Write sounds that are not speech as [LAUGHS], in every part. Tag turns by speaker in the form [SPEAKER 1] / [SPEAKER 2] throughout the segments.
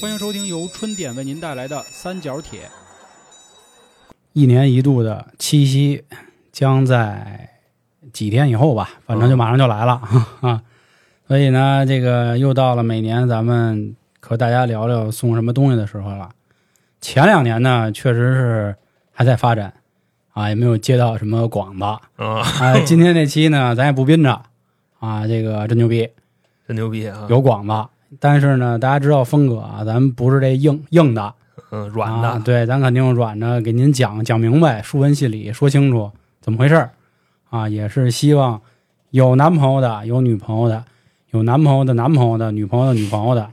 [SPEAKER 1] 欢迎收听由春点为您带来的《三角铁
[SPEAKER 2] 一年一度的七夕将在几天以后吧，反正就马上就来了、 [LAUGHS] 啊。所以呢，这个又到了每年咱们和大家聊聊送什么东西的时候了。前两年呢，确实是还在发展啊，也没有接到什么广子
[SPEAKER 3] 啊，
[SPEAKER 2] 啊。今天这期呢，咱也不憋着啊，这个真牛逼，
[SPEAKER 3] 真牛逼啊！
[SPEAKER 2] 有广子。但是呢，大家知道风格啊，咱们不是这硬硬的，
[SPEAKER 3] 嗯，软的，
[SPEAKER 2] 啊，对，咱肯定软的，给您讲讲明白，书文戏理，说清楚怎么回事儿啊，也是希望有男朋友的、有女朋友的、有男朋友的、男朋友的、女朋友的、女朋友的，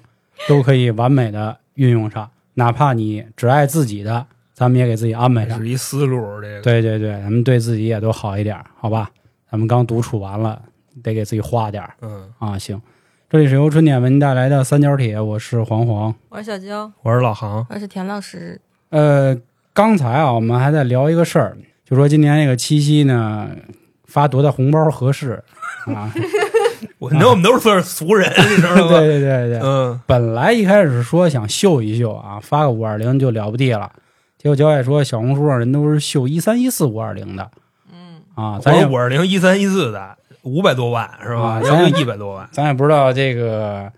[SPEAKER 2] 都可以完美的运用上，哪怕你只爱自己的，咱们也给自己安排
[SPEAKER 3] 这
[SPEAKER 2] 上。
[SPEAKER 3] 是一思路。这个
[SPEAKER 2] 对对对，咱们对自己也都好一点儿，好吧？咱们刚独处完了，得给自己花点儿
[SPEAKER 3] 嗯，
[SPEAKER 2] 啊。行，这里是由春点为您带来的三角铁，我是黄黄。
[SPEAKER 4] 我是小娇，
[SPEAKER 3] 我是老航，
[SPEAKER 4] 我是田老师。
[SPEAKER 2] 呃，刚才啊，我们还在聊一个事儿，就说今年这个七夕呢，发多大红包合适
[SPEAKER 4] [LAUGHS]
[SPEAKER 2] 啊？
[SPEAKER 3] [LAUGHS] 我你知道我们都是算是俗
[SPEAKER 2] [LAUGHS]
[SPEAKER 3] 人，你
[SPEAKER 2] 对
[SPEAKER 3] 知道吗？
[SPEAKER 2] 对对对，
[SPEAKER 3] 嗯，
[SPEAKER 2] 本来一开始是说想秀一秀啊，发个五二零就了不地了，结果交爱说小红书上人都是秀一三一四五二零的
[SPEAKER 4] 嗯，
[SPEAKER 2] 啊，咱
[SPEAKER 3] 我
[SPEAKER 2] 也
[SPEAKER 3] 是五二零一三一四的，五百多万是吧？
[SPEAKER 2] 啊
[SPEAKER 3] 要
[SPEAKER 2] 咱
[SPEAKER 3] 不一百多万，
[SPEAKER 2] 咱也不知道这个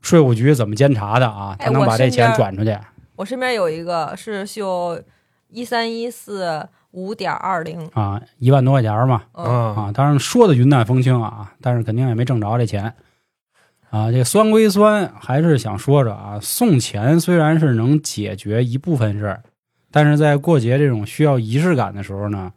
[SPEAKER 2] 税务局怎么监察的啊，
[SPEAKER 4] 哎
[SPEAKER 2] 他能
[SPEAKER 4] 我
[SPEAKER 2] 把这
[SPEAKER 4] 身
[SPEAKER 2] 钱
[SPEAKER 4] 边
[SPEAKER 2] 转出去。
[SPEAKER 4] 我身边有一个是秀一三一四五点二零，
[SPEAKER 2] 啊，一万多块钱嘛，
[SPEAKER 4] 嗯，
[SPEAKER 3] 嗯
[SPEAKER 2] 啊，当然说的云淡风轻啊，但是肯定也没挣着这钱啊。这酸归酸，还是想说说啊，送钱虽然是能解决一部分事儿，但是在过节这种需要仪式感的时候呢，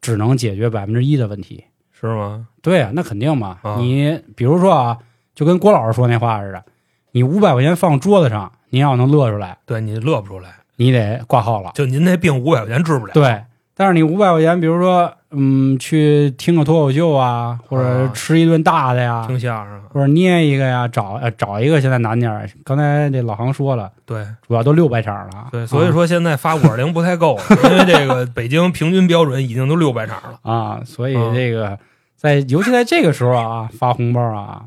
[SPEAKER 2] 只能解决百分之一的问题。
[SPEAKER 3] 是吗？
[SPEAKER 2] 对啊，那肯定嘛
[SPEAKER 3] 啊。
[SPEAKER 2] 你比如说啊，就跟郭老师说那话似的，你五百块钱放桌子上，您要能乐出来，
[SPEAKER 3] 对你乐不出来，
[SPEAKER 2] 你得挂号了。
[SPEAKER 3] 就您那病五百块钱治不了，
[SPEAKER 2] 对，但是你五百块钱，比如说，嗯，去听个脱口秀啊，或者
[SPEAKER 3] 啊
[SPEAKER 2] 吃一顿大的呀，
[SPEAKER 3] 听相声
[SPEAKER 2] 或者捏一个呀，找呃找一个现在难点儿。刚才这老航说了，
[SPEAKER 3] 对
[SPEAKER 2] 主要都六百场了。
[SPEAKER 3] 对，所以说现在发五二零不太够了，因为
[SPEAKER 2] [LAUGHS]
[SPEAKER 3] 这个北京平均标准已经都六百场了，
[SPEAKER 2] 啊，所以
[SPEAKER 3] 嗯
[SPEAKER 2] 这个在尤其在这个时候啊，发红包啊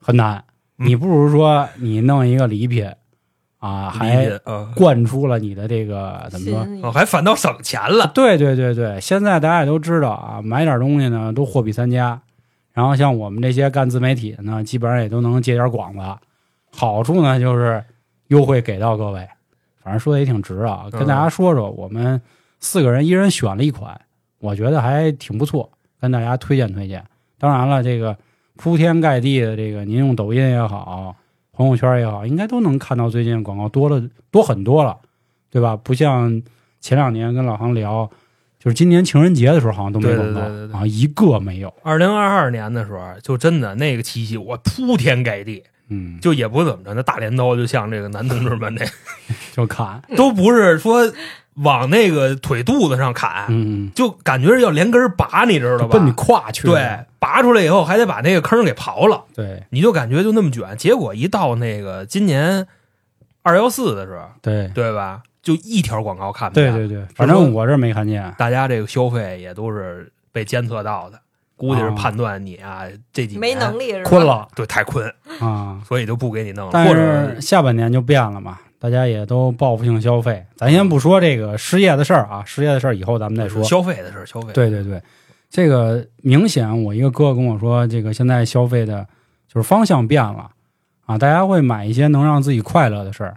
[SPEAKER 2] 很难。
[SPEAKER 3] 嗯
[SPEAKER 2] 你不如说你弄一个礼品啊，
[SPEAKER 3] 理
[SPEAKER 2] 还
[SPEAKER 3] 解啊，
[SPEAKER 2] 灌出了你的这个怎么说？
[SPEAKER 4] 心里
[SPEAKER 3] 哦，还反倒省钱 [LAUGHS] 了，
[SPEAKER 2] 对对对对，现在大家也都知道啊，买点东西呢都货比三家，然后像我们这些干自媒体的呢，基本上也都能接点广子。好处呢就是优惠给到各位，反正说的也挺值啊。跟大家说说，我们四个人一人选了一款，我觉得还挺不错，跟大家推荐推荐。当然了，这个铺天盖地的这个，您用抖音也好，朋友圈也好，应该都能看到最近广告多了多很多了，对吧？不像前两年跟老航聊，就是今年情人节的时候好像都没
[SPEAKER 3] 对
[SPEAKER 2] 广告
[SPEAKER 3] 对对对对
[SPEAKER 2] 啊，一个没有。
[SPEAKER 3] 二零二二年的时候，就真的那个七夕，我铺天盖地，
[SPEAKER 2] 嗯，
[SPEAKER 3] 就也不怎么着，那大镰刀就像这个男同志
[SPEAKER 2] [LAUGHS]
[SPEAKER 3] 们那，
[SPEAKER 2] 就砍，
[SPEAKER 3] 都不是说往那个腿肚子上砍，
[SPEAKER 2] 嗯，
[SPEAKER 3] 就感觉要连根儿拔，你知道
[SPEAKER 2] 就
[SPEAKER 3] 吧
[SPEAKER 2] 奔你？胯去
[SPEAKER 3] 对
[SPEAKER 2] 了。，
[SPEAKER 3] 拔出来以后还得把那个坑给刨了，
[SPEAKER 2] 对
[SPEAKER 3] 你就感觉就那么卷。结果一到那个今年二幺四的时候，
[SPEAKER 2] 对
[SPEAKER 3] 对吧？就一条广告看不
[SPEAKER 2] 对
[SPEAKER 3] 见。
[SPEAKER 2] 对对，反正我这儿没看见。
[SPEAKER 3] 大家这个消费也都是被监测到的，估计是判断你啊这几年
[SPEAKER 4] 没能力是吧？
[SPEAKER 2] 哦困了
[SPEAKER 3] 对太困，
[SPEAKER 2] 啊！
[SPEAKER 3] 所以就不给你弄了，
[SPEAKER 2] 但
[SPEAKER 3] 或者
[SPEAKER 2] 是下半年就变了嘛，大家也都报复性消费。咱先不说这个失业的事儿啊，失业的事儿以后咱们再说。
[SPEAKER 3] 消费的事儿，消费
[SPEAKER 2] 对对对，这个明显，我一个哥哥跟我说，这个现在消费的就是方向变了啊，大家会买一些能让自己快乐的事儿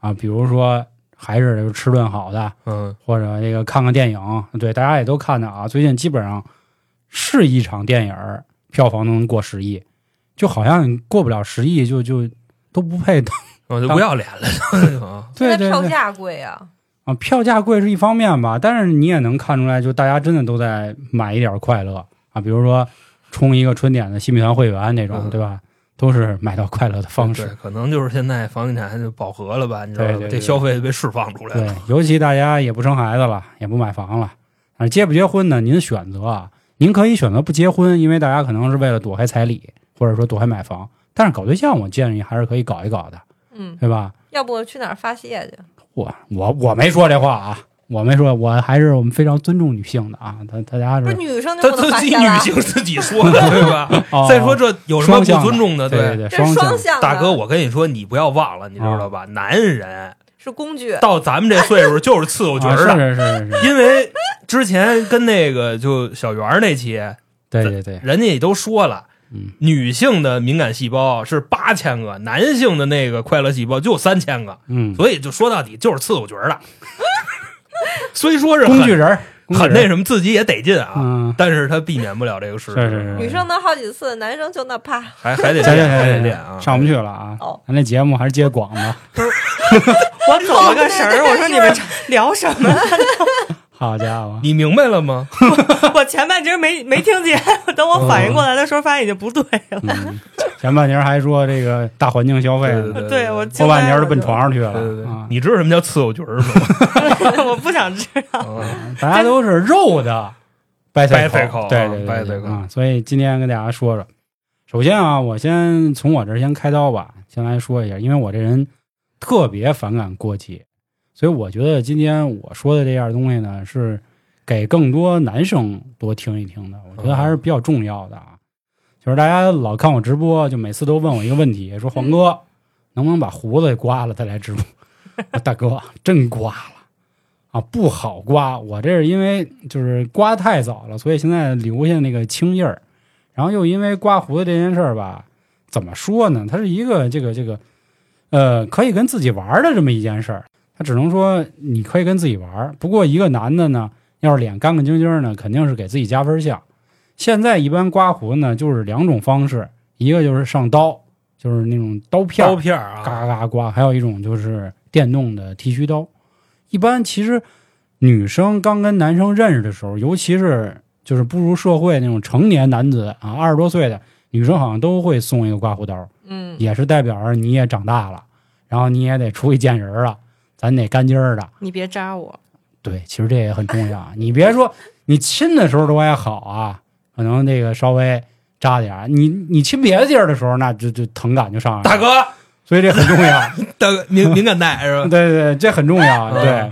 [SPEAKER 2] 啊，比如说还是就是吃顿好的，
[SPEAKER 3] 嗯
[SPEAKER 2] 或者这个看看电影。对，大家也都看的啊，最近基本上是一场电影儿票房能过十亿，就好像过不了十亿就就都不配当。
[SPEAKER 3] 我就
[SPEAKER 2] 当
[SPEAKER 3] 不要脸
[SPEAKER 2] [LAUGHS]
[SPEAKER 3] 了。啊
[SPEAKER 4] 现在
[SPEAKER 2] 对对
[SPEAKER 4] 票
[SPEAKER 2] 对
[SPEAKER 4] 价贵啊，
[SPEAKER 2] 啊，票价贵是一方面吧，但是你也能看出来，就大家真的都在买一点快乐啊，比如说充一个春点的新米团会员那种，
[SPEAKER 3] 嗯
[SPEAKER 2] 对吧？都是买到快乐的方式
[SPEAKER 3] 对，。可能就是现在房地产就饱和了吧，你知道
[SPEAKER 2] 对
[SPEAKER 3] 吧？
[SPEAKER 2] 对对
[SPEAKER 3] 这消费被释放出来
[SPEAKER 2] 对
[SPEAKER 3] 了。，
[SPEAKER 2] 尤其大家也不生孩子了，也不买房了，啊，结不结婚呢？您选择啊，您可以选择不结婚，因为大家可能是为了躲开彩礼，或者说躲开买房。但是搞对象，我建议还是可以搞一搞的，
[SPEAKER 4] 嗯，
[SPEAKER 2] 对吧？
[SPEAKER 4] 要不去哪儿发泄去？
[SPEAKER 2] 我我我没说这话啊，我没说，我还是我们非常尊重女性的啊，大大家
[SPEAKER 4] 不
[SPEAKER 2] 是
[SPEAKER 5] 嗯
[SPEAKER 4] 是女生
[SPEAKER 3] 她
[SPEAKER 4] 就不
[SPEAKER 3] 她
[SPEAKER 4] 能发
[SPEAKER 3] 自己
[SPEAKER 4] 现
[SPEAKER 3] 女
[SPEAKER 4] 了，啊
[SPEAKER 3] 性自己
[SPEAKER 2] [LAUGHS]
[SPEAKER 3] 说的，对吧？
[SPEAKER 2] 哦
[SPEAKER 3] 再说这有什么
[SPEAKER 2] 双
[SPEAKER 3] 不
[SPEAKER 2] 向的
[SPEAKER 3] 尊重的？
[SPEAKER 2] 对对哦对，
[SPEAKER 4] 这是
[SPEAKER 2] 向
[SPEAKER 4] 双
[SPEAKER 2] 的
[SPEAKER 4] 向的。
[SPEAKER 3] 大哥，我跟你说，你不要忘了，你知道吧？男人
[SPEAKER 4] 是工具，
[SPEAKER 3] 到咱们这岁数就是伺候角
[SPEAKER 2] 啊
[SPEAKER 3] 儿的，
[SPEAKER 2] 是是是是是，
[SPEAKER 3] 因为之前跟那个就小圆儿那期，
[SPEAKER 2] 对对对，
[SPEAKER 3] 人家也都说了，
[SPEAKER 2] 嗯
[SPEAKER 3] 女性的敏感细胞是八千个，男性的那个快乐细胞就三千个，
[SPEAKER 2] 嗯，
[SPEAKER 3] 所以就说到底就是伺候
[SPEAKER 2] [LAUGHS]
[SPEAKER 3] 角儿的。虽说是很
[SPEAKER 2] 工具人儿，工具
[SPEAKER 3] 很
[SPEAKER 2] 人
[SPEAKER 3] 那
[SPEAKER 2] 儿
[SPEAKER 3] 什么，自己也得劲啊，
[SPEAKER 2] 嗯，
[SPEAKER 3] 但是他避免不了这个事
[SPEAKER 2] 是
[SPEAKER 3] 实，
[SPEAKER 2] 是是，
[SPEAKER 4] 女生能好几次，男生就那啪。
[SPEAKER 3] 还还得
[SPEAKER 2] 行
[SPEAKER 3] 练，
[SPEAKER 2] 行
[SPEAKER 3] 还得
[SPEAKER 2] 行
[SPEAKER 3] 练
[SPEAKER 2] 行，
[SPEAKER 3] 啊。
[SPEAKER 2] 上不去了啊
[SPEAKER 4] 哦！
[SPEAKER 2] 咱这节目还是接广吧。
[SPEAKER 5] 我走了个神儿，我说你们聊什么？ [LAUGHS]
[SPEAKER 2] 好家伙，
[SPEAKER 3] 你明白了吗？
[SPEAKER 5] 我前半截儿没没听见，等我反应嗯过来的时候，发现已经不对了。
[SPEAKER 2] 嗯，前半年还说这个大环境消费呢，
[SPEAKER 3] 对
[SPEAKER 5] 对我
[SPEAKER 2] 后半年都奔床上去
[SPEAKER 3] 对对
[SPEAKER 2] 了
[SPEAKER 3] 对
[SPEAKER 2] 啊，！
[SPEAKER 3] 你知道什么叫伺候角儿
[SPEAKER 2] [LAUGHS]
[SPEAKER 3] 吗？
[SPEAKER 4] [LAUGHS]
[SPEAKER 5] 我不想知道。
[SPEAKER 3] 啊
[SPEAKER 2] 大家都是肉的掰菜
[SPEAKER 3] 掰菜
[SPEAKER 2] 口
[SPEAKER 3] 口，
[SPEAKER 2] 对
[SPEAKER 3] 啊
[SPEAKER 2] 对
[SPEAKER 3] 掰
[SPEAKER 2] 对
[SPEAKER 3] 菜
[SPEAKER 2] 对
[SPEAKER 3] 口
[SPEAKER 2] 啊！所以今天跟大家说说，首先啊，我先从我这儿先开刀吧，先来说一下，因为我这人特别反感过节，所以我觉得今天我说的这样东西呢，是给更多男生多听一听的，我觉得还是比较重要的啊。就是大家老看我直播，就每次都问我一个问题，说黄哥能不能把胡子给刮了再来直播？ [LAUGHS] 我大哥真刮了啊，不好刮。我这是因为就是刮太早了，所以现在留下那个青印儿，然后又因为刮胡子这件事儿吧，怎么说呢？它是一个这个这个呃，可以跟自己玩儿的这么一件事儿。他只能说你可以跟自己玩儿。不过一个男的呢，要是脸干干净净儿呢，肯定是给自己加分项。现在一般刮胡子呢，就是两种方式，一个就是上刀，就是那种刀片儿
[SPEAKER 3] 刀片儿啊，
[SPEAKER 2] 嘎嘎刮，还有一种就是电动的剃须刀。一般其实女生刚跟男生认识的时候，尤其是就是步入社会那种成年男子啊，二十多岁的女生好像都会送一个刮胡刀，
[SPEAKER 4] 嗯，
[SPEAKER 2] 也是代表着你也长大了，然后你也得出去见人了，咱得干净儿的。
[SPEAKER 5] 你别扎我，
[SPEAKER 2] 对，其实这也很重要
[SPEAKER 3] [LAUGHS]
[SPEAKER 2] 啊。你别说你亲的时候都还好啊，可能那个稍微扎点儿，你你亲别的地儿的时候，那就就疼感就上来了。
[SPEAKER 3] 大，哥，
[SPEAKER 2] 所以这很重要。
[SPEAKER 3] [LAUGHS] 大哥，敏敏感带是
[SPEAKER 2] [LAUGHS]
[SPEAKER 3] 吧？
[SPEAKER 2] 对对，这很重
[SPEAKER 3] [LAUGHS]
[SPEAKER 2] 要。对
[SPEAKER 3] 嗯，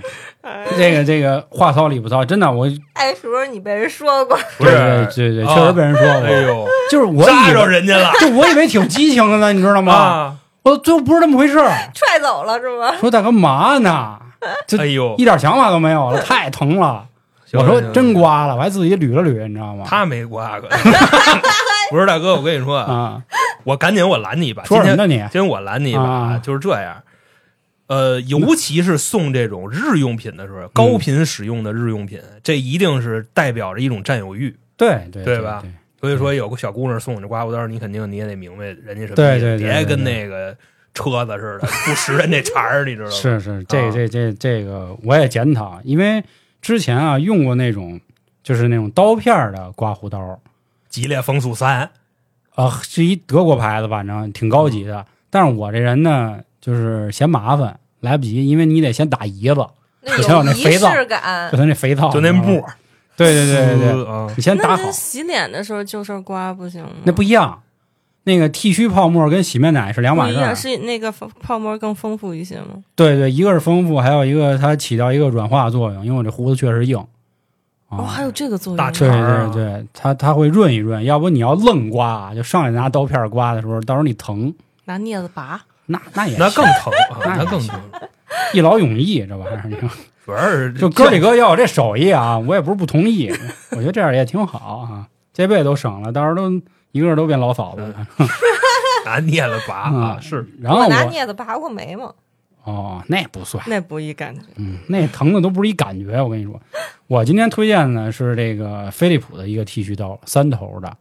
[SPEAKER 5] 哎
[SPEAKER 2] 这个这个话糙理不糙，真的，我
[SPEAKER 4] 哎，是不是你被人说过？ [LAUGHS]
[SPEAKER 3] 不是
[SPEAKER 2] 对对对，
[SPEAKER 3] 啊
[SPEAKER 2] 确实被人说
[SPEAKER 3] 哎
[SPEAKER 2] 过，
[SPEAKER 3] 呦，
[SPEAKER 2] 就是我
[SPEAKER 3] 扎
[SPEAKER 2] 以
[SPEAKER 3] 着
[SPEAKER 2] 为
[SPEAKER 3] 人家了
[SPEAKER 2] [LAUGHS] 就我以为挺激情的呢，你知道吗？
[SPEAKER 3] 啊！
[SPEAKER 2] 我最后不是那么回事儿，
[SPEAKER 4] 踹走了是
[SPEAKER 2] [LAUGHS]
[SPEAKER 4] 吗？
[SPEAKER 2] 说大哥嘛呢，这
[SPEAKER 3] 哎呦，
[SPEAKER 2] 一点想法都没有了，太疼了。
[SPEAKER 3] [LAUGHS] 行
[SPEAKER 2] 我说
[SPEAKER 3] 行
[SPEAKER 2] 真刮了，我还自己捋了捋，你知道吗？
[SPEAKER 3] 他没刮过。
[SPEAKER 2] [LAUGHS]
[SPEAKER 3] 不是大哥，我跟你说，啊，
[SPEAKER 2] 啊，
[SPEAKER 3] 我赶紧我拦你一把。今
[SPEAKER 2] 说什么
[SPEAKER 3] 天
[SPEAKER 2] 呢你？
[SPEAKER 3] 啊今天我拦你一把，
[SPEAKER 2] 啊
[SPEAKER 3] 就是这样。呃，尤其是送这种日用品的时候，高频使用的日用品，这一定是代表着一种占有欲。
[SPEAKER 2] 对对
[SPEAKER 3] 对吧所以说，有个小姑娘送你这刮胡刀，你肯定你也得明白人家什么意思，
[SPEAKER 2] 对对对对
[SPEAKER 3] 别跟那个车
[SPEAKER 2] [LAUGHS]
[SPEAKER 3] 子似的，不识人那茬儿，你知道吗？
[SPEAKER 2] 是是，这
[SPEAKER 3] 啊
[SPEAKER 2] 这这这个我也检讨，因为之前啊用过那种就是那种刀片儿的刮胡刀，
[SPEAKER 3] 激烈风速三，
[SPEAKER 2] 啊，是一德国牌子，反正挺高级的。但是我这人呢，就是嫌麻烦，来不及，因为你得先打椰子，
[SPEAKER 4] 那
[SPEAKER 2] 我想有那
[SPEAKER 4] 有仪
[SPEAKER 2] 肥皂
[SPEAKER 4] 式
[SPEAKER 5] 嗯
[SPEAKER 4] 感
[SPEAKER 2] 就，他那肥皂，
[SPEAKER 3] 就那
[SPEAKER 2] 你知道吗
[SPEAKER 3] 沫，儿，
[SPEAKER 2] 哦对对对对对，
[SPEAKER 3] 对啊，
[SPEAKER 2] 你先打
[SPEAKER 5] 那
[SPEAKER 2] 好
[SPEAKER 5] 跟，洗脸的时候就是刮不行吗？
[SPEAKER 2] 那不一样。那个剃须泡沫跟洗面奶是两
[SPEAKER 5] 不
[SPEAKER 2] 码
[SPEAKER 5] 一
[SPEAKER 2] 事
[SPEAKER 5] 样，
[SPEAKER 2] 儿，
[SPEAKER 5] 是那个泡泡沫更丰富一些吗？
[SPEAKER 2] 对对，一个是丰富，还有一个它起到一个软化作用，因为我这胡子确实硬
[SPEAKER 5] 哦，
[SPEAKER 2] 啊
[SPEAKER 5] 还，有这个作
[SPEAKER 3] 大
[SPEAKER 5] 用。
[SPEAKER 2] 对
[SPEAKER 3] 肠儿啊
[SPEAKER 2] 对对，它它会润一润，要不你要愣刮，就上来拿刀片刮的时候，到时候你疼，
[SPEAKER 5] 拿镊子拔，
[SPEAKER 2] 那那也
[SPEAKER 3] 那
[SPEAKER 2] 是
[SPEAKER 3] 更疼啊，
[SPEAKER 2] [LAUGHS] 那
[SPEAKER 3] 那更疼，
[SPEAKER 2] 一劳永逸，这玩意儿。你知道吗
[SPEAKER 3] 主要
[SPEAKER 2] [LAUGHS]
[SPEAKER 3] 是
[SPEAKER 2] 就哥几个要有这手艺啊，我也不是不同意，我觉得这样也挺好啊，这辈子都省了，到时候都一个个都变老嫂子了。
[SPEAKER 3] 拿镊子拔啊，
[SPEAKER 2] 嗯
[SPEAKER 3] 是
[SPEAKER 2] 然后
[SPEAKER 4] 拿
[SPEAKER 2] 我
[SPEAKER 4] 镊子拔过眉毛，
[SPEAKER 2] 哦，那不算，
[SPEAKER 5] 那不一感觉。
[SPEAKER 2] 嗯，那疼的都不是一感觉。我跟你说，我今天推荐的是这个飞利浦的一个剃须刀，三头的。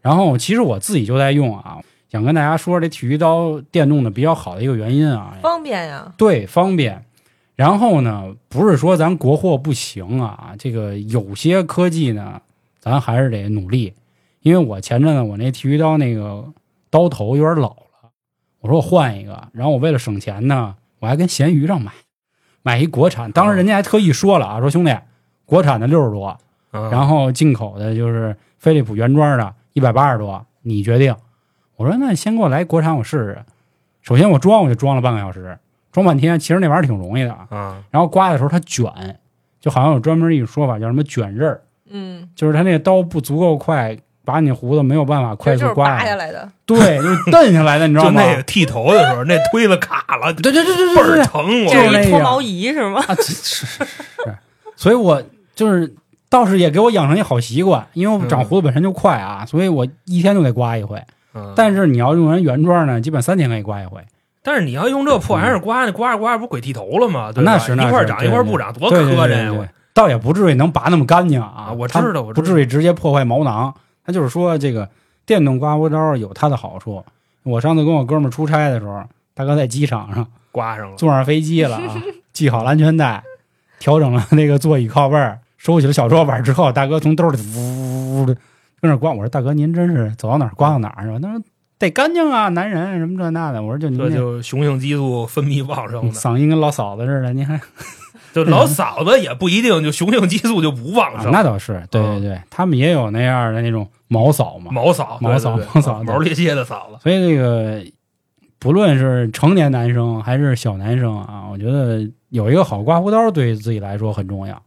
[SPEAKER 2] 然后其实我自己就在用啊，想跟大家说这剃须刀电动的比较好的一个原因啊，
[SPEAKER 4] 方便呀。
[SPEAKER 2] 对，方便。然后呢，不是说咱国货不行啊，这个有些科技呢，咱还是得努力。因为我前阵子我那剃须刀那个刀头有点老了，我说我换一个。然后我为了省钱呢，我还跟闲鱼上买，买一国产。当时人家还特意说了啊，说兄弟，国产的六十多，
[SPEAKER 3] 然
[SPEAKER 2] 然后进口的就是飞利浦原装的，一百八十多，你决定。我说那你先给我来国产，我试试。首先我装我就装了半个小时，装半天，其实那玩意儿挺容易的啊。
[SPEAKER 3] 啊，
[SPEAKER 2] 然后刮的时候它卷，就好像有专门一种说法叫什么卷刃儿，
[SPEAKER 4] 嗯，
[SPEAKER 2] 就是他那个刀不足够快，把你胡子没有办法
[SPEAKER 4] 这
[SPEAKER 2] 快
[SPEAKER 4] 就
[SPEAKER 2] 速
[SPEAKER 4] 是
[SPEAKER 2] 刮
[SPEAKER 4] 拔下来的，
[SPEAKER 2] 对，就是蹬下来的，你知
[SPEAKER 3] 就
[SPEAKER 2] 道吗？
[SPEAKER 3] 那个剃头的时候，那推了卡了，
[SPEAKER 2] 对对对对
[SPEAKER 3] 倍
[SPEAKER 2] 对对
[SPEAKER 3] 儿
[SPEAKER 2] 对
[SPEAKER 3] 疼我。
[SPEAKER 2] 就是
[SPEAKER 5] 这
[SPEAKER 2] 那
[SPEAKER 5] 是一脱
[SPEAKER 2] 个
[SPEAKER 5] 毛仪
[SPEAKER 2] [LAUGHS]
[SPEAKER 5] 是吗？
[SPEAKER 2] 啊，这是是是是，所以我就是倒是也给我养成一好习惯，因为我长胡子本身就快啊，所以我一天就得刮一回。
[SPEAKER 3] 嗯
[SPEAKER 2] 但是你要用人原装呢，基本三天可以刮一回。
[SPEAKER 3] 但是你要用这破玩意儿刮，刮着刮着不是鬼剃头了吗？对吧
[SPEAKER 2] 那是那
[SPEAKER 3] 一
[SPEAKER 2] 是
[SPEAKER 3] 块儿长一块儿不长，多磕碜
[SPEAKER 2] 对对
[SPEAKER 3] 呀！
[SPEAKER 2] 对
[SPEAKER 3] 我
[SPEAKER 2] 对倒也不至于能拔那么干净啊
[SPEAKER 3] 啊我
[SPEAKER 2] 它
[SPEAKER 3] 知道我知
[SPEAKER 2] 不
[SPEAKER 3] 道
[SPEAKER 2] 至于直接破坏毛囊。他就是说，这个电动刮胡刀有它的好处。我上次跟我哥们儿出差的时候，大哥在机场上
[SPEAKER 3] 刮上了。
[SPEAKER 2] 坐上飞机了
[SPEAKER 3] [LAUGHS]
[SPEAKER 2] 啊，系好了安全带，调整了那个座椅靠背儿，收起了小桌板之后，大哥从兜里呜呜呜的跟那儿刮。我说大哥，您真是走到哪儿刮到哪儿是吧？他说得干净啊，男人什么这那的。我说就您
[SPEAKER 3] 这
[SPEAKER 2] 这
[SPEAKER 3] 就雄性激素分泌旺盛的，
[SPEAKER 2] 嗓音跟老嫂子似的，您还、
[SPEAKER 3] 就老嫂子也不一定就雄性激素就不旺
[SPEAKER 2] 啊
[SPEAKER 3] 盛。
[SPEAKER 2] 那倒是，对对对，他们也有那样的那种毛嫂嘛。
[SPEAKER 3] 毛嫂，
[SPEAKER 2] 毛嫂
[SPEAKER 3] 对对对
[SPEAKER 2] 毛嫂
[SPEAKER 3] 毛裂蟹的嫂子，
[SPEAKER 2] 所以这个不论是成年男生还是小男生啊，我觉得有一个好刮胡刀对自己来说很重要。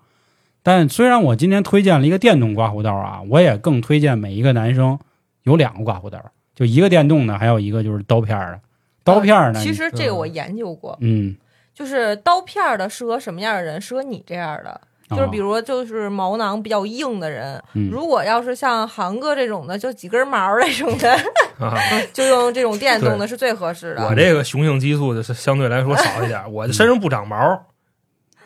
[SPEAKER 2] 但虽然我今天推荐了一个电动刮胡刀啊，我也更推荐每一个男生有两个刮胡刀，就一个电动的，还有一个就是刀片儿的。刀片儿呢，
[SPEAKER 4] 啊其实这个
[SPEAKER 3] 嗯
[SPEAKER 4] 我研究过，
[SPEAKER 2] 嗯，
[SPEAKER 4] 就是刀片儿的适合什么样的人？适合你这样的，就是比
[SPEAKER 2] 如、
[SPEAKER 4] 如就是毛囊比较硬的人，
[SPEAKER 2] 啊嗯、
[SPEAKER 4] 如果要是像韩哥这种的，就几根毛儿那种的，
[SPEAKER 3] 啊，
[SPEAKER 4] 就用这种电动的是最合适
[SPEAKER 3] 我
[SPEAKER 4] 的。
[SPEAKER 3] 这个雄性激素就是相对来说少一点，我身上不长毛，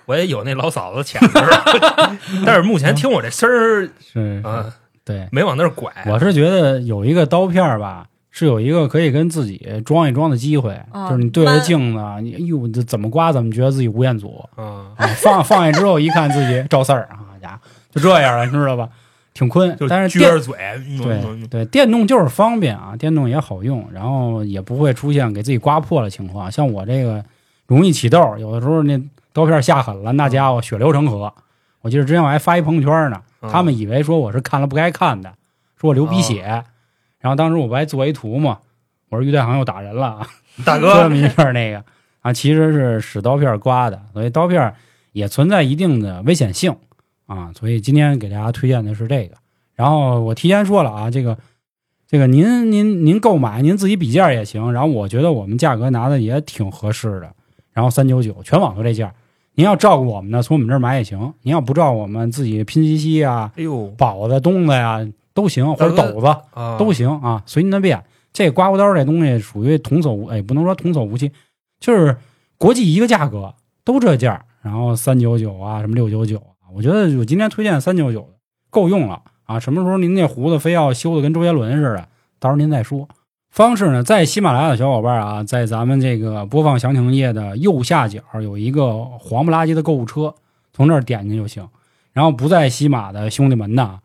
[SPEAKER 3] 我也有那老嫂子潜质， [LAUGHS] 但是目前听我这声儿
[SPEAKER 2] 是
[SPEAKER 3] 啊，
[SPEAKER 2] 对。
[SPEAKER 3] 没往那儿拐。
[SPEAKER 2] 我是觉得有一个刀片儿吧，是有一个可以跟自己装一装的机会，
[SPEAKER 4] 啊
[SPEAKER 2] 就是你对着
[SPEAKER 4] 慢
[SPEAKER 2] 镜子，你哎呦，这怎么刮怎么觉得自己吴彦祖。
[SPEAKER 3] 啊，
[SPEAKER 2] 啊，放放下之后一看自己赵四儿，啊家伙就这样了，你知道吧？挺困
[SPEAKER 3] 就，
[SPEAKER 2] 但是
[SPEAKER 3] 撅
[SPEAKER 2] 电
[SPEAKER 3] 着嘴，
[SPEAKER 2] 对对电动就是方便啊，电动也好用，然后也不会出现给自己刮破的情况。像我这个容易起痘，有的时候那刀片下狠了，那家伙血流成河。我记得之前我还发一朋友圈呢，
[SPEAKER 3] 嗯
[SPEAKER 2] 他们以为说我是看了不该看的，说我流鼻血，然后当时我不还做一图嘛，我说于大航又打人了啊。
[SPEAKER 3] 嗯大
[SPEAKER 2] 说这
[SPEAKER 3] 哥
[SPEAKER 2] 么一事儿，那个啊，其实是使刀片儿刮的，所以刀片儿也存在一定的危险性啊。所以今天给大家推荐的是这个。然后我提前说了啊，这个这个您您您购买您自己比价也行。然后我觉得我们价格拿的也挺合适的，然后三九九全网都这价。您要照顾我们呢，从我们这儿买也行；您要不照顾我们，自己拼夕夕啊、
[SPEAKER 3] 哎呦
[SPEAKER 2] 宝子、东子呀、都行，或者
[SPEAKER 3] 大哥
[SPEAKER 2] 斗子。
[SPEAKER 3] 啊，
[SPEAKER 2] 都行啊，随您的便。这刮胡刀这东西属于童叟无，哎，不能说童叟无欺，就是国际一个价格，都这价儿，然后三九九啊，什么六九九啊，我觉得我今天推荐三九九的够用了啊。什么时候您那胡子非要修的跟周杰伦似的，到时候您再说。方式呢，在喜马拉雅的小伙伴啊，在咱们这个播放详情页的右下角有一个黄不拉几的购物车，从这儿点进去就行。然后不在喜马的兄弟们呢，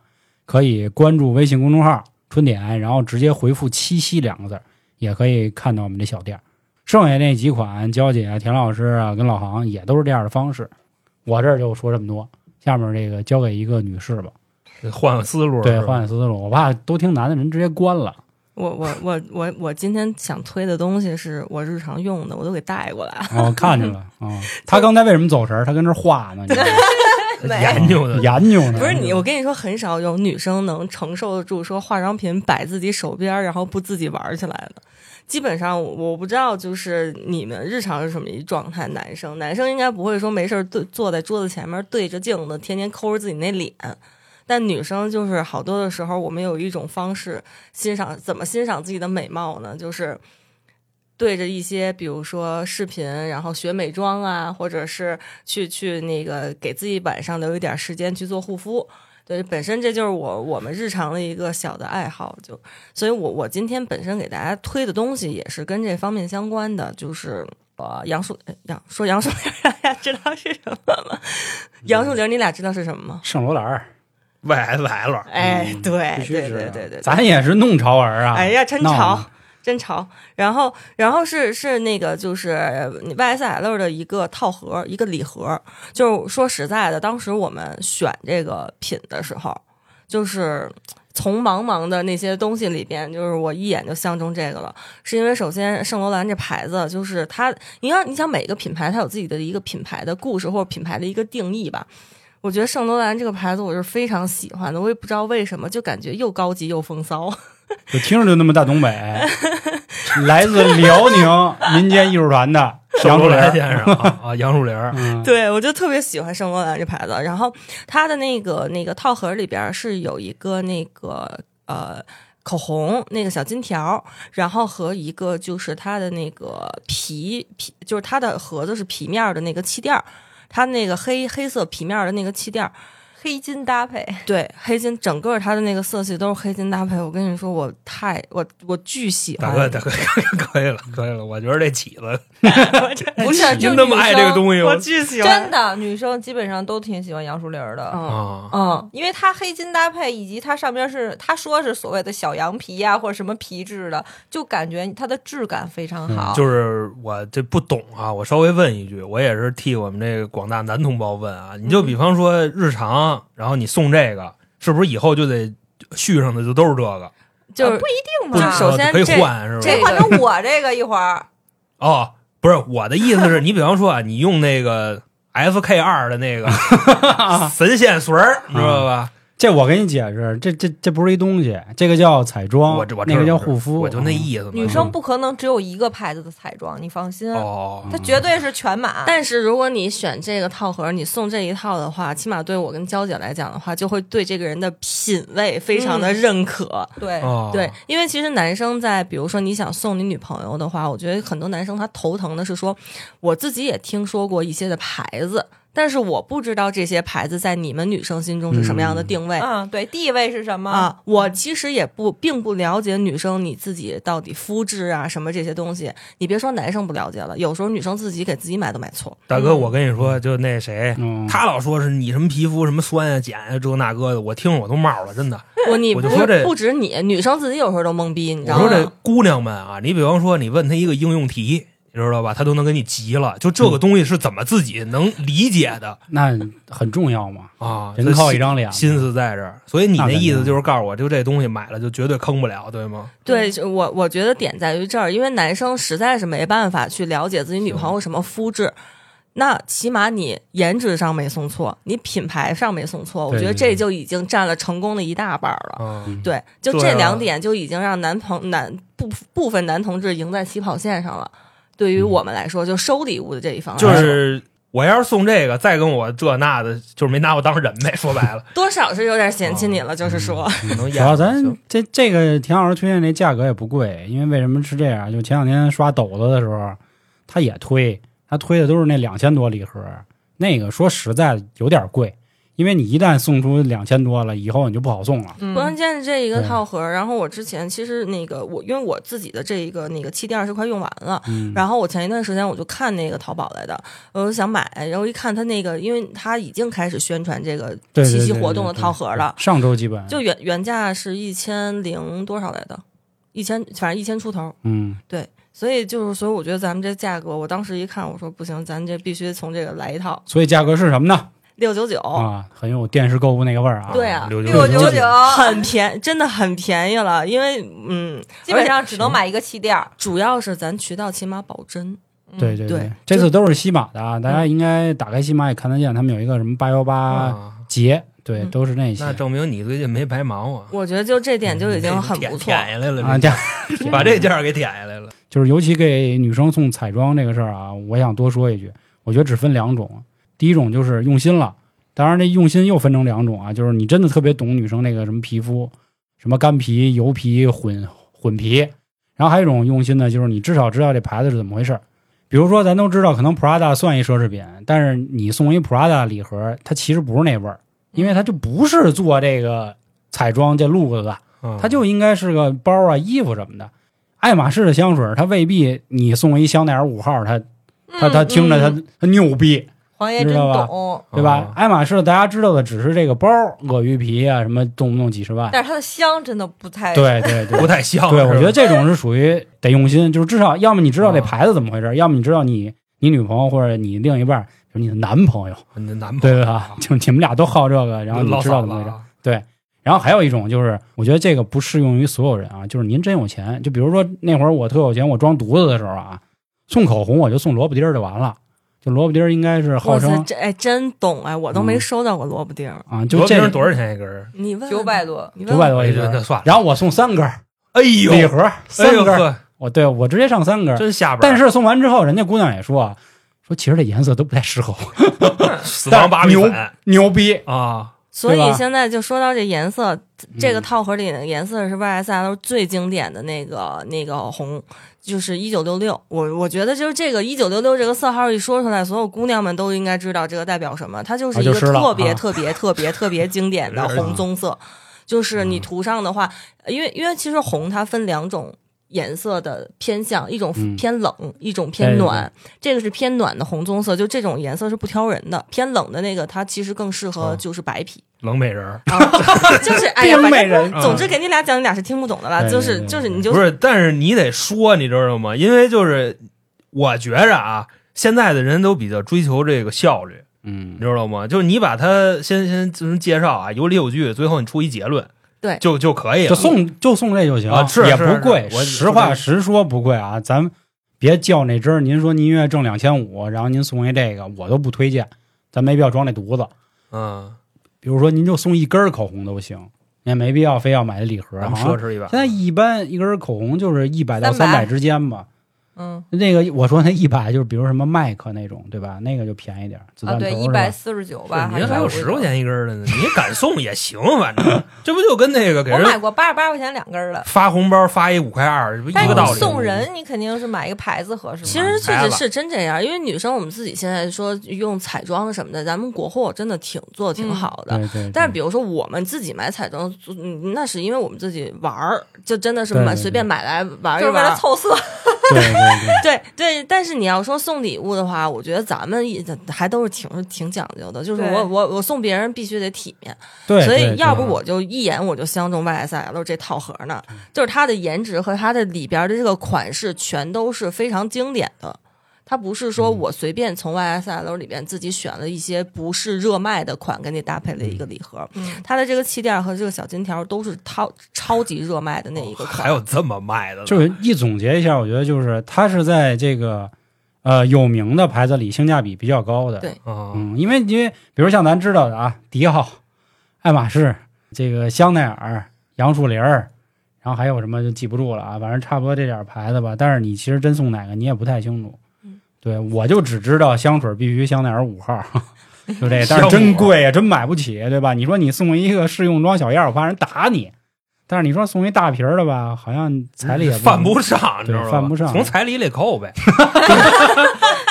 [SPEAKER 2] 可以关注微信公众号“春点”，然后直接回复“七夕”两个字儿，也可以看到我们这小店儿。剩下那几款，娇姐啊、田老师啊跟老航也都是这样的方式。我这儿就说这么多，下面这个交给一个女士吧。
[SPEAKER 3] 换个思路，
[SPEAKER 2] 对，
[SPEAKER 3] 是吧
[SPEAKER 2] 换换思路，我怕都听男的人直接关了。
[SPEAKER 5] 我我我我我今天想推的东西是我日常用的，我都给带过来。
[SPEAKER 2] 哦，看见了啊、 [LAUGHS] 哦他刚才为什么走神儿？他跟这儿画呢，你知道吗
[SPEAKER 4] [LAUGHS] 没，
[SPEAKER 3] 研究的
[SPEAKER 2] 研究呢。
[SPEAKER 5] 不是你，我跟你说，很少有女生能承受得住说化妆品摆自己手边儿，然后不自己玩儿起来的。基本上我我不知道，就是你们日常是什么一状态？男生男生应该不会说没事儿对坐在桌子前面对着镜子，天天抠着自己那脸。但女生就是好多的时候，我们有一种方式欣赏，怎么欣赏自己的美貌呢？就是对着一些，比如说视频，然后学美妆啊，或者是去去那个给自己晚上留一点时间去做护肤。对，本身这就是我我们日常的一个小的爱好，就所以我，我今天本身给大家推的东西也是跟这方面相关的，就是呃杨树呃杨说杨树林， [LAUGHS] 大家知道是什么吗？ [LAUGHS] 杨树林，你俩知道是什么吗？
[SPEAKER 2] 圣罗兰儿，
[SPEAKER 3] YSL，
[SPEAKER 5] 哎，对
[SPEAKER 2] 必须是
[SPEAKER 5] 对对
[SPEAKER 2] 啊
[SPEAKER 5] 对对，
[SPEAKER 2] 咱也是弄潮儿啊。
[SPEAKER 5] 哎呀，真
[SPEAKER 2] 闹
[SPEAKER 5] 潮
[SPEAKER 2] 呢，
[SPEAKER 5] 真潮。然后，然后是是那个就是 YSL 的一个套盒，一个礼盒。就是说实在的，当时我们选这个品的时候，就是。从茫茫的那些东西里边，就是我一眼就相中这个了，是因为首先圣罗兰这牌子，就是它，你看，你想每个品牌它有自己的一个品牌的故事或者品牌的一个定义吧。我觉得圣罗兰这个牌子我是非常喜欢的，我也不知道为什么，就感觉又高级又风骚。
[SPEAKER 2] 就听着就那么大东北，
[SPEAKER 5] [LAUGHS]
[SPEAKER 2] 来自辽宁民间艺术团的杨
[SPEAKER 3] 杨树
[SPEAKER 2] 树林
[SPEAKER 3] 林
[SPEAKER 2] 儿，
[SPEAKER 3] 先生
[SPEAKER 2] [LAUGHS]
[SPEAKER 3] 啊，啊杨树林儿
[SPEAKER 2] 嗯，
[SPEAKER 5] 对，我就特别喜欢圣罗兰这牌子。然后它的那个那个套盒里边是有一个那个呃口红那个小金条，然后和一个就是它的那个皮皮，就是它的盒子是皮面儿的那个气垫儿，它那个黑黑色皮面儿的那个气垫儿，
[SPEAKER 4] 黑金搭配，
[SPEAKER 5] 对黑金，整个它的那个色系都是黑金搭配。我跟你说，我太我我巨喜
[SPEAKER 3] 大哥，
[SPEAKER 5] 欢，
[SPEAKER 3] 大哥，可以了，可以了，我觉得这起子
[SPEAKER 5] 不是
[SPEAKER 3] 您
[SPEAKER 5] 就
[SPEAKER 3] 那么爱这个东西吗
[SPEAKER 5] 我巨喜欢，
[SPEAKER 4] 真的女生基本上都挺喜欢杨树林儿的。
[SPEAKER 5] 嗯
[SPEAKER 3] 啊，
[SPEAKER 5] 嗯。
[SPEAKER 4] 因为它黑金搭配，以及它上边是他说是所谓的小羊皮呀、或者什么皮质的，就感觉它的质感非常好。
[SPEAKER 3] 就是我这不懂啊，我稍微问一句，我也是替我们这个广大男同胞问啊。你
[SPEAKER 5] 嗯
[SPEAKER 3] 就比方说日常，然后你送这个，是不是以后就得续上的就都是这个？
[SPEAKER 5] 就是
[SPEAKER 4] 啊不一定
[SPEAKER 3] 不
[SPEAKER 5] 就
[SPEAKER 4] 嘛，
[SPEAKER 5] 是首先
[SPEAKER 3] 可以
[SPEAKER 5] 这
[SPEAKER 3] 换是吧？
[SPEAKER 4] 这换成我这个一会儿，
[SPEAKER 3] 哦，不是我的意
[SPEAKER 2] [LAUGHS]
[SPEAKER 3] 思是，你比方说啊，你用那个 F K 二
[SPEAKER 2] [LAUGHS]
[SPEAKER 3] 的那个神仙髓
[SPEAKER 2] 啊
[SPEAKER 3] 儿，你知道吧？
[SPEAKER 2] 这我给你解释，这这这不是一东西，这个叫彩妆，
[SPEAKER 3] 我这我知
[SPEAKER 2] 哦
[SPEAKER 3] 道
[SPEAKER 2] 那个叫
[SPEAKER 3] 我知道
[SPEAKER 2] 护肤，哦嗯
[SPEAKER 3] 我就那意思嘛。
[SPEAKER 4] 女生不可能只有一个牌子的彩妆，你放心，
[SPEAKER 3] 哦，
[SPEAKER 4] 它绝对是全满。
[SPEAKER 5] 但是如果你选这个套盒，你送这一套的话，起码对我跟娇姐来讲的话，就会对这个人的品味非常的认可。
[SPEAKER 4] 对，
[SPEAKER 3] 哦，
[SPEAKER 5] 对，因为其实男生在，比如说你想送你女朋友的话，我觉得很多男生他头疼的是说，我自己也听说过一些的牌子，但是我不知道这些牌子在你们女生心中是什么样的定位。
[SPEAKER 4] 嗯，对，地位是什么？
[SPEAKER 5] 啊，我其实也不并不了解女生你自己到底肤质啊什么这些东西，你别说男生不了解了，有时候女生自己给自己买都买错。
[SPEAKER 3] 大哥，我跟你说，就那谁，
[SPEAKER 2] 嗯，
[SPEAKER 3] 他老说是你什么皮肤什么酸啊、碱啊，这那哥的，我听着我都冒了，真的。
[SPEAKER 5] [LAUGHS] 我你
[SPEAKER 3] 我
[SPEAKER 5] 不
[SPEAKER 3] 就说这
[SPEAKER 5] 不止你，女生自己有时候都懵逼，你知
[SPEAKER 2] 嗯
[SPEAKER 3] 我
[SPEAKER 5] 道
[SPEAKER 3] 说这
[SPEAKER 5] 吗？
[SPEAKER 3] 姑娘们啊，你比方说你问她一个应用题，你知道吧，她都能给你急了。就
[SPEAKER 2] 嗯
[SPEAKER 3] 这个东西是怎么自己能理解的
[SPEAKER 2] 那很重要嘛，
[SPEAKER 3] 啊？
[SPEAKER 2] 人靠一
[SPEAKER 3] 张
[SPEAKER 2] 张脸嘛，
[SPEAKER 3] 心思在这儿，所以你那
[SPEAKER 2] 那肯定啊
[SPEAKER 3] 意思就是告诉我，就这东西买了就绝对坑不了，对吗？
[SPEAKER 5] 对，就我我觉得点在于这儿，因为男生实在是没办法去了解自己女朋友什么肤质。那起码你颜值上没送错，你品牌上没送错，我
[SPEAKER 2] 对
[SPEAKER 5] 觉得
[SPEAKER 2] 对
[SPEAKER 5] 这就已经占了成功的一大半儿了。
[SPEAKER 3] 啊，
[SPEAKER 2] 嗯
[SPEAKER 5] 对，就
[SPEAKER 3] 对
[SPEAKER 5] 这
[SPEAKER 3] 啊
[SPEAKER 5] 两点就已经让男朋男部部分男同志赢在起跑线上了。对于我们来说，就收礼物的这一方
[SPEAKER 3] 嗯
[SPEAKER 5] 来
[SPEAKER 3] 就
[SPEAKER 5] 说，
[SPEAKER 3] 是我要是送这个，再跟我这那的，就是没拿我当人呗。说
[SPEAKER 2] [LAUGHS]
[SPEAKER 3] 白了，
[SPEAKER 5] 多少是有点嫌
[SPEAKER 3] 哦
[SPEAKER 5] 弃你了，就是说，
[SPEAKER 3] 可能
[SPEAKER 2] 嗯主
[SPEAKER 3] 演
[SPEAKER 2] 要
[SPEAKER 3] 不
[SPEAKER 2] 咱
[SPEAKER 3] 行
[SPEAKER 2] 这这个田老师推荐这价格也不贵，因为为什么是这样？就前两天刷抖子的时候，他也推，他推的都是那两千多礼盒，那个说实在有点贵，因为你一旦送出两千多了，以后你就不好送了。
[SPEAKER 5] 关
[SPEAKER 4] 嗯，
[SPEAKER 5] 键是这一个
[SPEAKER 2] 对
[SPEAKER 5] 套盒。然后我之前其实那个我，因为我自己的这一个那个气垫是快用完了，
[SPEAKER 2] 嗯，
[SPEAKER 5] 然后我前一段时间我就看那个淘宝来的，我就想买，然后一看它那个，因为它已经开始宣传这个
[SPEAKER 2] 对对
[SPEAKER 5] 七夕
[SPEAKER 2] 对
[SPEAKER 5] 活
[SPEAKER 2] 对
[SPEAKER 5] 动的
[SPEAKER 2] 对
[SPEAKER 5] 套盒了，
[SPEAKER 2] 上周基本
[SPEAKER 5] 就原原价是一千零多少来的，一千反正一千出头，
[SPEAKER 2] 嗯，
[SPEAKER 5] 所以就是，所以我觉得咱们这价格，我当时一看，我说不行，咱这必须从这个来一套
[SPEAKER 2] 所以价格是什么呢？
[SPEAKER 5] 六九九，
[SPEAKER 3] 哦
[SPEAKER 2] 啊，很有电视购物那个味儿啊。
[SPEAKER 5] [LAUGHS] 对啊
[SPEAKER 3] 六
[SPEAKER 4] 六九九，
[SPEAKER 5] 很便，真的很便宜了。因为嗯，
[SPEAKER 4] 基本上只能买一个气垫儿。
[SPEAKER 5] 主要是咱渠道起码保真，
[SPEAKER 4] 嗯
[SPEAKER 2] 对对
[SPEAKER 5] 对
[SPEAKER 2] 这次都是西马的啊，大家应该打开西马也看得见，他们有一个什么八幺八
[SPEAKER 3] 啊，
[SPEAKER 2] 节，对，
[SPEAKER 5] 嗯
[SPEAKER 2] 都是那些
[SPEAKER 3] 那证明你最近没白忙啊，
[SPEAKER 5] 我觉得就这点就已经很不
[SPEAKER 3] 嗯舔
[SPEAKER 5] 错。
[SPEAKER 3] 舔下来了，
[SPEAKER 2] 啊，这样
[SPEAKER 3] 把这价儿给舔下来了。
[SPEAKER 2] 就是尤其给女生送彩妆这个事儿啊，我想多说一句，我觉得只分两种，第一种就是用心了，当然这用心又分成两种啊，就是你真的特别懂女生那个什么皮肤，什么干皮、油皮、混混皮，然后还有一种用心呢，就是你至少知道这牌子是怎么回事儿。比如说，咱都知道，可能 Prada 算一奢侈品，但是你送一 Prada 礼盒，它其实不是那味儿，因为它就不是做这个彩妆这路子的，
[SPEAKER 3] 嗯
[SPEAKER 2] 它就应该是个包啊、衣服什么的。爱马仕的香水，它未必你送一香奈儿五号，它它它听着它它牛逼，
[SPEAKER 4] 黄哎爷真
[SPEAKER 2] 知道吧
[SPEAKER 4] 懂，
[SPEAKER 2] 对
[SPEAKER 3] 嗯
[SPEAKER 2] 吧？？爱马仕大家知道的只是这个包，鳄鱼皮啊，什么动不动几十万。
[SPEAKER 4] 但是它的香真的不太
[SPEAKER 2] 对对
[SPEAKER 3] [LAUGHS] 啊
[SPEAKER 2] 对
[SPEAKER 3] 不，太像。
[SPEAKER 2] [LAUGHS] 对
[SPEAKER 3] 是吧
[SPEAKER 2] 我觉得这种是属于得用心，就是至少要么你知道这
[SPEAKER 3] 啊
[SPEAKER 2] 牌子怎么回事，要么你知道你你女朋友或者你另一半，就是你的男朋友，
[SPEAKER 3] 你的男朋友
[SPEAKER 2] 对吧？就你们俩都好这个，然后你
[SPEAKER 3] 老
[SPEAKER 2] 知
[SPEAKER 3] 嫂
[SPEAKER 2] 道
[SPEAKER 3] 子
[SPEAKER 2] 怎么回事。
[SPEAKER 3] 啊
[SPEAKER 2] 然后还有一种就是，我觉得这个不适用于所有人啊，就是您真有钱，就比如说那会儿我特有钱，我装犊子的时候啊，送口红我就送萝卜丁儿就完了，就萝卜丁儿应该是号
[SPEAKER 5] 哇塞，
[SPEAKER 2] 称
[SPEAKER 5] 这哎真懂哎，我都没
[SPEAKER 2] 嗯
[SPEAKER 5] 收到过萝卜丁儿。
[SPEAKER 2] 啊，
[SPEAKER 3] 萝
[SPEAKER 2] 就
[SPEAKER 3] 卜
[SPEAKER 2] 这
[SPEAKER 3] 丁儿多少钱一根儿？
[SPEAKER 5] 你问
[SPEAKER 4] 九百，多，
[SPEAKER 5] 你问
[SPEAKER 2] 九百多一
[SPEAKER 3] 哎
[SPEAKER 2] 根
[SPEAKER 3] 那
[SPEAKER 2] 儿，
[SPEAKER 3] 算了。
[SPEAKER 2] 然后我送三根儿
[SPEAKER 3] 哎呦，
[SPEAKER 2] 礼盒，
[SPEAKER 3] 哎
[SPEAKER 2] 三
[SPEAKER 3] 呦
[SPEAKER 2] 根儿，
[SPEAKER 3] 呵，
[SPEAKER 2] 我对我直接上三根儿。
[SPEAKER 3] 真下边儿。
[SPEAKER 2] 但是送完之后，人家姑娘也说啊，说其实这颜色都不太适合我，
[SPEAKER 3] 死亡芭比
[SPEAKER 2] 但是
[SPEAKER 3] 粉
[SPEAKER 2] 牛逼，
[SPEAKER 3] 啊，
[SPEAKER 5] 所
[SPEAKER 2] 对
[SPEAKER 5] 以
[SPEAKER 2] 吧
[SPEAKER 5] 现在就说到这颜色，这个
[SPEAKER 2] 嗯
[SPEAKER 5] 套盒里的颜色是 YSL 最经典的那个那个红，就是一九六六。我我觉得就是这个一九六六这个色号一说出来，所有姑娘们都应该知道这个代表什么，它就是
[SPEAKER 2] 啊
[SPEAKER 5] 一
[SPEAKER 2] 就
[SPEAKER 5] 个
[SPEAKER 2] 是了
[SPEAKER 5] 特别
[SPEAKER 2] 啊嗯
[SPEAKER 5] 特别特别特别经典
[SPEAKER 2] [LAUGHS]
[SPEAKER 5] 的红棕色。就是你涂上的话，因为因为其实红它分两种。颜色的偏向，一种
[SPEAKER 2] 嗯
[SPEAKER 5] 偏冷，一种
[SPEAKER 2] 对
[SPEAKER 5] 偏
[SPEAKER 2] 对
[SPEAKER 5] 暖。这个是偏暖的红棕色，就这种颜色是不挑人的。偏冷的那个，它其实更适合
[SPEAKER 2] 哦
[SPEAKER 3] 嗯
[SPEAKER 5] 就是白皮。
[SPEAKER 3] 冷美人儿
[SPEAKER 5] 啊， [LAUGHS] 就是哎呀，
[SPEAKER 2] 冰
[SPEAKER 5] 反
[SPEAKER 2] 美
[SPEAKER 5] 正
[SPEAKER 2] 人
[SPEAKER 3] 嗯
[SPEAKER 5] 总之给你俩讲，你俩是听不懂的了。
[SPEAKER 2] 对
[SPEAKER 5] 就
[SPEAKER 2] 对
[SPEAKER 5] 是
[SPEAKER 2] 对
[SPEAKER 5] 就是你就
[SPEAKER 3] 不是，但是你得说，你知道吗？因为就是我觉着啊，现在的人都比较追求这个效率，
[SPEAKER 2] 嗯
[SPEAKER 3] 你，知道吗？就是你把它先先先介绍啊，有理有据，最后你出一结论，
[SPEAKER 5] 对
[SPEAKER 3] 就就可以了。
[SPEAKER 2] 就送就送这就行
[SPEAKER 3] 啊是
[SPEAKER 2] 也
[SPEAKER 3] 是
[SPEAKER 2] 不贵。
[SPEAKER 3] 是我
[SPEAKER 2] 实话实说不贵啊，咱别较那真儿。您说您一月挣两千五，然后您送一这个，我都不推荐，咱没必要装这犊子。
[SPEAKER 3] 嗯，
[SPEAKER 2] 比如说您就送一根儿口红都行，您也没必要非要买这礼盒。
[SPEAKER 3] 咱们
[SPEAKER 2] 好
[SPEAKER 3] 奢
[SPEAKER 2] 像
[SPEAKER 3] 侈一把。
[SPEAKER 2] 现在一般一根儿口红就是一百到三百
[SPEAKER 4] 300
[SPEAKER 2] 之间吧。
[SPEAKER 4] 嗯
[SPEAKER 2] 那个我说那一百就是比如什么麦克那种，对吧？那个就便宜点儿，子
[SPEAKER 4] 啊，
[SPEAKER 2] 弹头
[SPEAKER 4] 对，一
[SPEAKER 2] 是吧
[SPEAKER 4] 百四十九吧，
[SPEAKER 3] 嗯您还有
[SPEAKER 4] 是
[SPEAKER 3] 十块钱一根儿的呢，你敢送也行，
[SPEAKER 2] [LAUGHS]
[SPEAKER 3] 反正这不就跟那个给
[SPEAKER 4] 我买
[SPEAKER 3] 人
[SPEAKER 4] 过八十八块钱两根儿的，
[SPEAKER 3] 发红包发一五块二，这不一
[SPEAKER 4] 但是
[SPEAKER 3] 个道
[SPEAKER 4] 你
[SPEAKER 3] 理嗯
[SPEAKER 4] 送
[SPEAKER 3] 吗？
[SPEAKER 4] 人，你肯定是买一个牌子合适嘛。
[SPEAKER 5] 其实确
[SPEAKER 3] 孩
[SPEAKER 5] 实
[SPEAKER 3] 子
[SPEAKER 5] 是真这样，因为女生我们自己现在说用彩妆什么的，咱们国货真的挺做得挺
[SPEAKER 4] 嗯
[SPEAKER 5] 好的。
[SPEAKER 2] 对对对，
[SPEAKER 5] 但是，比如说我们自己买彩妆，嗯那是因为我们自己玩儿，就真的是
[SPEAKER 2] 对
[SPEAKER 5] 买
[SPEAKER 2] 对
[SPEAKER 5] 随便买来玩一玩，
[SPEAKER 4] 就是为了凑色，
[SPEAKER 2] 对对
[SPEAKER 5] [LAUGHS]
[SPEAKER 2] 对，
[SPEAKER 5] 对对，但是你要说送礼物的话，我觉得咱们也还都是挺挺讲究的，就是
[SPEAKER 4] 对
[SPEAKER 5] 我我我送别人必须得体面，
[SPEAKER 2] 对，
[SPEAKER 5] 所以
[SPEAKER 2] 对
[SPEAKER 5] 要不
[SPEAKER 2] 对
[SPEAKER 5] 我就一眼我就相中 YSL 这套盒呢，就是它的颜值和它的里边的这个款式全都是非常经典的。它不是说我随便从 YSL 里边自己选了一些不是热卖的款给你搭配了一个礼盒，
[SPEAKER 4] 嗯
[SPEAKER 5] 它的这个气垫和这个小金条都是超超级热卖的那一个
[SPEAKER 3] 哦还
[SPEAKER 5] 款。
[SPEAKER 3] 有这么卖的呢，
[SPEAKER 2] 就是一总结一下，我觉得就是它是在这个呃有名的牌子里性价比比较高的。
[SPEAKER 5] 对
[SPEAKER 3] 啊，
[SPEAKER 2] 嗯，因为因为比如像咱知道的啊，迪奥、爱马仕、这个香奈儿、杨树林儿，然后还有什么就记不住了啊，反正差不多这点儿牌子吧。但是你其实真送哪个你也不太清楚。对，我就只知道香水必须香奈儿 [LAUGHS] 五号，就这，但是真贵啊，真买不起，对吧？你说你送一个试用装小样儿，我怕人打你。但是你说送一大瓶儿的吧，好像彩礼也
[SPEAKER 3] [LAUGHS] 犯
[SPEAKER 2] 不
[SPEAKER 3] 不上，你知
[SPEAKER 2] 对
[SPEAKER 3] 道吗？
[SPEAKER 2] 犯不上
[SPEAKER 3] 从彩礼里扣呗，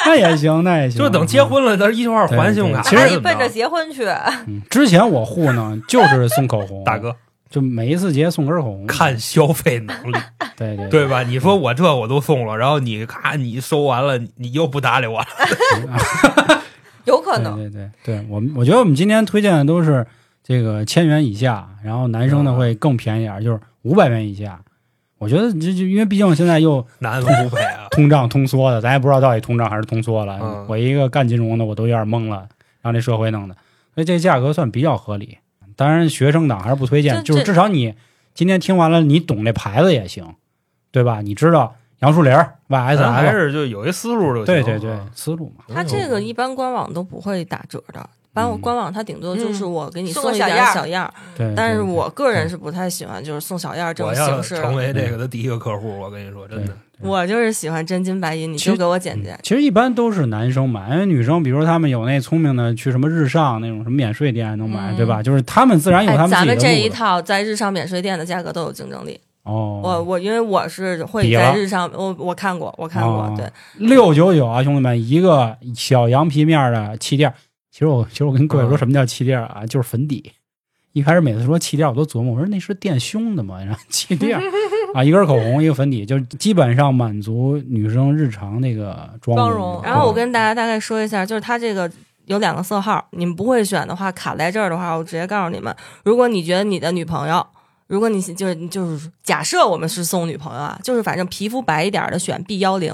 [SPEAKER 2] 那也行，那也行，
[SPEAKER 3] 就等结婚了，咱一句话还信用卡。
[SPEAKER 2] 对对其
[SPEAKER 4] 那
[SPEAKER 2] 实
[SPEAKER 4] 你奔着结婚去，
[SPEAKER 2] 嗯。之前我糊弄就是送口
[SPEAKER 3] [LAUGHS]
[SPEAKER 2] 红，
[SPEAKER 3] 大哥
[SPEAKER 2] 就每一次节送根口红，
[SPEAKER 3] 看消费能力，
[SPEAKER 2] 对对
[SPEAKER 3] 对吧？你说我这我都送了，然后你咔你收完了，你又不搭理我了， [LAUGHS]
[SPEAKER 4] 有可
[SPEAKER 3] 嗯
[SPEAKER 4] 能。
[SPEAKER 2] 啊对对对对，我们我觉得我们今天推荐的都是这个千元以下，然后男生呢
[SPEAKER 3] 嗯
[SPEAKER 2] 会更便宜点儿，就是五百元以下。我觉得这就因为毕竟现在又！
[SPEAKER 3] 男不配啊
[SPEAKER 2] [LAUGHS] 通胀通缩的，咱也不知道到底通胀还是通缩了。
[SPEAKER 3] 嗯
[SPEAKER 2] 我一个干金融的，我都有点懵了，让这社会弄的，所以这价格算比较合理。当然，学生党还是不推荐，
[SPEAKER 5] 这
[SPEAKER 2] 就是
[SPEAKER 5] 这
[SPEAKER 2] 至少你今天听完了，你懂这牌子也行，对吧？你知道杨树林儿、
[SPEAKER 3] 咱还
[SPEAKER 2] YSL，
[SPEAKER 3] 是就有一思路就行。
[SPEAKER 2] 对对对
[SPEAKER 3] 啊，
[SPEAKER 2] 思路嘛。
[SPEAKER 5] 它这个一般官网都不会打折的，官
[SPEAKER 2] 嗯
[SPEAKER 5] 官网它顶多就是
[SPEAKER 4] 嗯
[SPEAKER 5] 我给你
[SPEAKER 4] 送个
[SPEAKER 5] 送一
[SPEAKER 4] 小
[SPEAKER 5] 点
[SPEAKER 4] 样儿
[SPEAKER 5] 小样儿，
[SPEAKER 2] 对，
[SPEAKER 5] 但是
[SPEAKER 2] 对对
[SPEAKER 5] 我个人是不太喜欢就是送小样儿这
[SPEAKER 3] 我
[SPEAKER 5] 种
[SPEAKER 3] 要
[SPEAKER 5] 形式。
[SPEAKER 3] 成为这个的第一个客户，我跟你说，真的，
[SPEAKER 5] 我就是喜欢真金白银，你
[SPEAKER 2] 嗯其实嗯
[SPEAKER 5] 就给我剪辑。
[SPEAKER 2] 其实一般都是男生买，因为女生，比如说他们有那聪明的，去什么日上那种什么免税店能买，
[SPEAKER 5] 嗯
[SPEAKER 2] 对吧？就是他们自然有他
[SPEAKER 5] 哎，
[SPEAKER 2] 自
[SPEAKER 5] 咱
[SPEAKER 2] 己的
[SPEAKER 5] 们
[SPEAKER 2] 路
[SPEAKER 5] 这一
[SPEAKER 2] 子
[SPEAKER 5] 套在日上免税店的价格都有竞争力。我
[SPEAKER 2] 哦，
[SPEAKER 5] 我因为我是会
[SPEAKER 2] 比了
[SPEAKER 5] 在日上，我我看过，我看过
[SPEAKER 2] 哦，
[SPEAKER 5] 对，
[SPEAKER 2] 六九九啊，兄弟们，一个小羊皮面的气垫儿。其实我其实我跟各位说
[SPEAKER 3] 嗯
[SPEAKER 2] 什么叫气垫儿啊，就是粉底。一开始每次说气垫儿，我都琢磨，我说那是垫胸的嘛，然后气
[SPEAKER 5] [LAUGHS]
[SPEAKER 2] 垫儿啊，一根口红，一个粉底，就是基本上满足女生日常那个妆
[SPEAKER 4] 妆
[SPEAKER 2] 容
[SPEAKER 4] 容
[SPEAKER 5] 然
[SPEAKER 3] 嗯
[SPEAKER 5] 后我
[SPEAKER 2] 对
[SPEAKER 5] 跟大家大概说一下，就是它这个有两个色号，你们不会选的话，卡在这儿的话，我直接告诉你们，如果你觉得你的女朋友。如果你就是就是假设我们是送女朋友啊，就是反正皮肤白一点的选 B 幺零，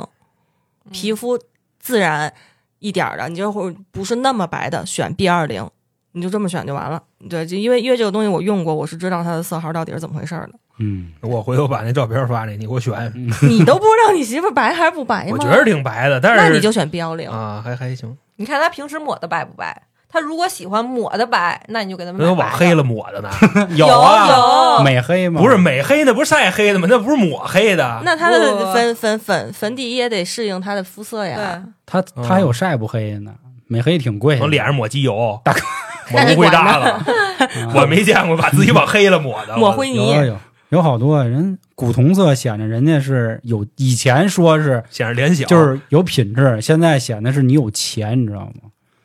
[SPEAKER 5] 皮肤自然一点的，你就会不是那么白的选 B 二
[SPEAKER 3] [LAUGHS]
[SPEAKER 5] 零，你就这么选就完了。对，就因为因为这个东西我用过，我是知道它的色号到底是怎么回事儿的。
[SPEAKER 2] 嗯，
[SPEAKER 3] 我回头把那照片发你，你给我选。
[SPEAKER 5] 你都不知道你媳妇儿白还是不白吗？
[SPEAKER 3] 我觉得挺白的，但是
[SPEAKER 5] 那你就选 B 幺零。
[SPEAKER 3] 啊，还还行，
[SPEAKER 4] 你看他平时抹的白不白？他如果喜欢抹的白，那你就给他
[SPEAKER 3] 那
[SPEAKER 4] 买
[SPEAKER 3] 都
[SPEAKER 4] 白
[SPEAKER 3] 往
[SPEAKER 4] 的
[SPEAKER 3] 黑了抹
[SPEAKER 2] [LAUGHS]
[SPEAKER 3] 的呢，
[SPEAKER 4] 有
[SPEAKER 2] 啊，
[SPEAKER 4] 有
[SPEAKER 2] 美黑吗？
[SPEAKER 3] 不是美黑的，不是晒黑的吗？那不是抹黑的。
[SPEAKER 5] 那她的
[SPEAKER 4] 不
[SPEAKER 5] 粉粉粉粉底也得适应她的肤色呀。
[SPEAKER 3] 啊
[SPEAKER 4] 对，
[SPEAKER 2] 他他还有晒不黑的呢，美黑挺贵的，
[SPEAKER 3] 往哦脸上抹机油，大哥，抹
[SPEAKER 5] 那你
[SPEAKER 3] 乌
[SPEAKER 5] 管
[SPEAKER 3] 灰大了，
[SPEAKER 2] 啊
[SPEAKER 3] 我没见过把自己往黑了抹的。
[SPEAKER 5] 哎 [LAUGHS] 抹
[SPEAKER 3] 啊我
[SPEAKER 2] 有
[SPEAKER 5] 灰泥
[SPEAKER 2] 有有有好多人古铜色显着人家是有以前说是
[SPEAKER 3] 显着脸小，
[SPEAKER 2] 就是有品质，现在显得是你有钱，你知道吗？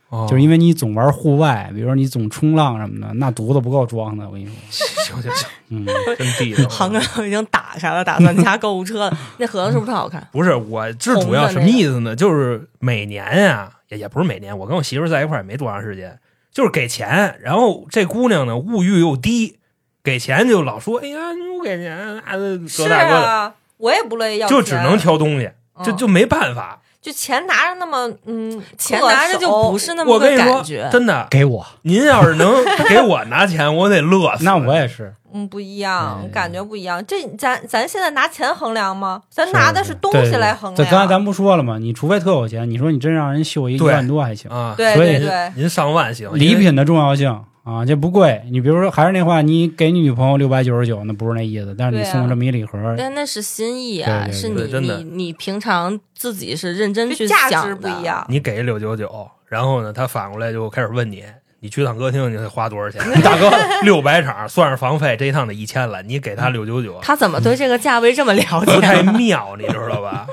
[SPEAKER 3] 哦
[SPEAKER 2] 就是因为你总玩户外，比如说你总冲浪什么的，那犊子不够装的，我跟你说，
[SPEAKER 3] 行行行， [LAUGHS]
[SPEAKER 2] 嗯，
[SPEAKER 3] 真地道。
[SPEAKER 5] 航哥都已经打开了，打
[SPEAKER 3] [LAUGHS]
[SPEAKER 5] 算加购物车了。那盒子是不是特好
[SPEAKER 4] [LAUGHS]
[SPEAKER 5] 看？
[SPEAKER 3] 不是，我这主要什么意思呢？就是每年啊，也也不是每年，我跟我媳妇儿在一块儿也没多长时间，就是给钱，然后这姑娘呢物欲又低，给钱就老说，哎呀，你不给钱啊，
[SPEAKER 4] 是
[SPEAKER 3] 这大哥的，
[SPEAKER 4] 啊，我也不乐意要钱，
[SPEAKER 3] 就只能挑东西，
[SPEAKER 4] 嗯，
[SPEAKER 3] 就就没办法。
[SPEAKER 4] 就钱拿着那么，嗯，
[SPEAKER 5] 钱
[SPEAKER 4] 恪
[SPEAKER 5] 拿着就
[SPEAKER 4] 守
[SPEAKER 5] 不嗯是那么
[SPEAKER 3] 我跟
[SPEAKER 5] 个
[SPEAKER 3] 你
[SPEAKER 5] 感
[SPEAKER 3] 说
[SPEAKER 5] 觉，，
[SPEAKER 3] 真的，
[SPEAKER 2] 给我，
[SPEAKER 3] 您要是能给我拿钱，我得乐死。
[SPEAKER 2] 那我也是，
[SPEAKER 4] 嗯，不一样，
[SPEAKER 2] 哎
[SPEAKER 4] 感觉不一样。这咱咱现在拿钱衡量吗？咱拿的是东西来衡
[SPEAKER 2] 对
[SPEAKER 4] 量。
[SPEAKER 2] 刚才咱不说了吗？你除非特有钱，你说你真让人秀一个
[SPEAKER 3] 对
[SPEAKER 2] 一万多还行，
[SPEAKER 3] 啊，
[SPEAKER 4] 对
[SPEAKER 2] 所以
[SPEAKER 4] 对对，
[SPEAKER 3] 您上万行，
[SPEAKER 2] 礼
[SPEAKER 3] 因为
[SPEAKER 2] 品的重要性。啊，这不贵。你比如说，还是那话，你给你女朋友六百九十九，那不是那意思。但是你
[SPEAKER 4] 对啊
[SPEAKER 2] 送这么一礼盒，
[SPEAKER 5] 但那是心意啊，
[SPEAKER 2] 对对对
[SPEAKER 5] 是你
[SPEAKER 3] 对真的
[SPEAKER 5] 你你平常自己是认真去
[SPEAKER 4] 就价值
[SPEAKER 5] 想
[SPEAKER 4] 不
[SPEAKER 5] 的
[SPEAKER 4] 一。样。
[SPEAKER 3] 你给六九九，然后呢，他反过来就开始问你，你去趟歌厅你得花多少钱？大
[SPEAKER 4] [LAUGHS]
[SPEAKER 3] 哥，六百场算上房费，这一趟得一千了，你给
[SPEAKER 4] 嗯
[SPEAKER 3] 他六九九，
[SPEAKER 5] 他怎么对这个价位这么了解
[SPEAKER 3] 不？太
[SPEAKER 5] [LAUGHS]
[SPEAKER 3] 妙，你知道吧？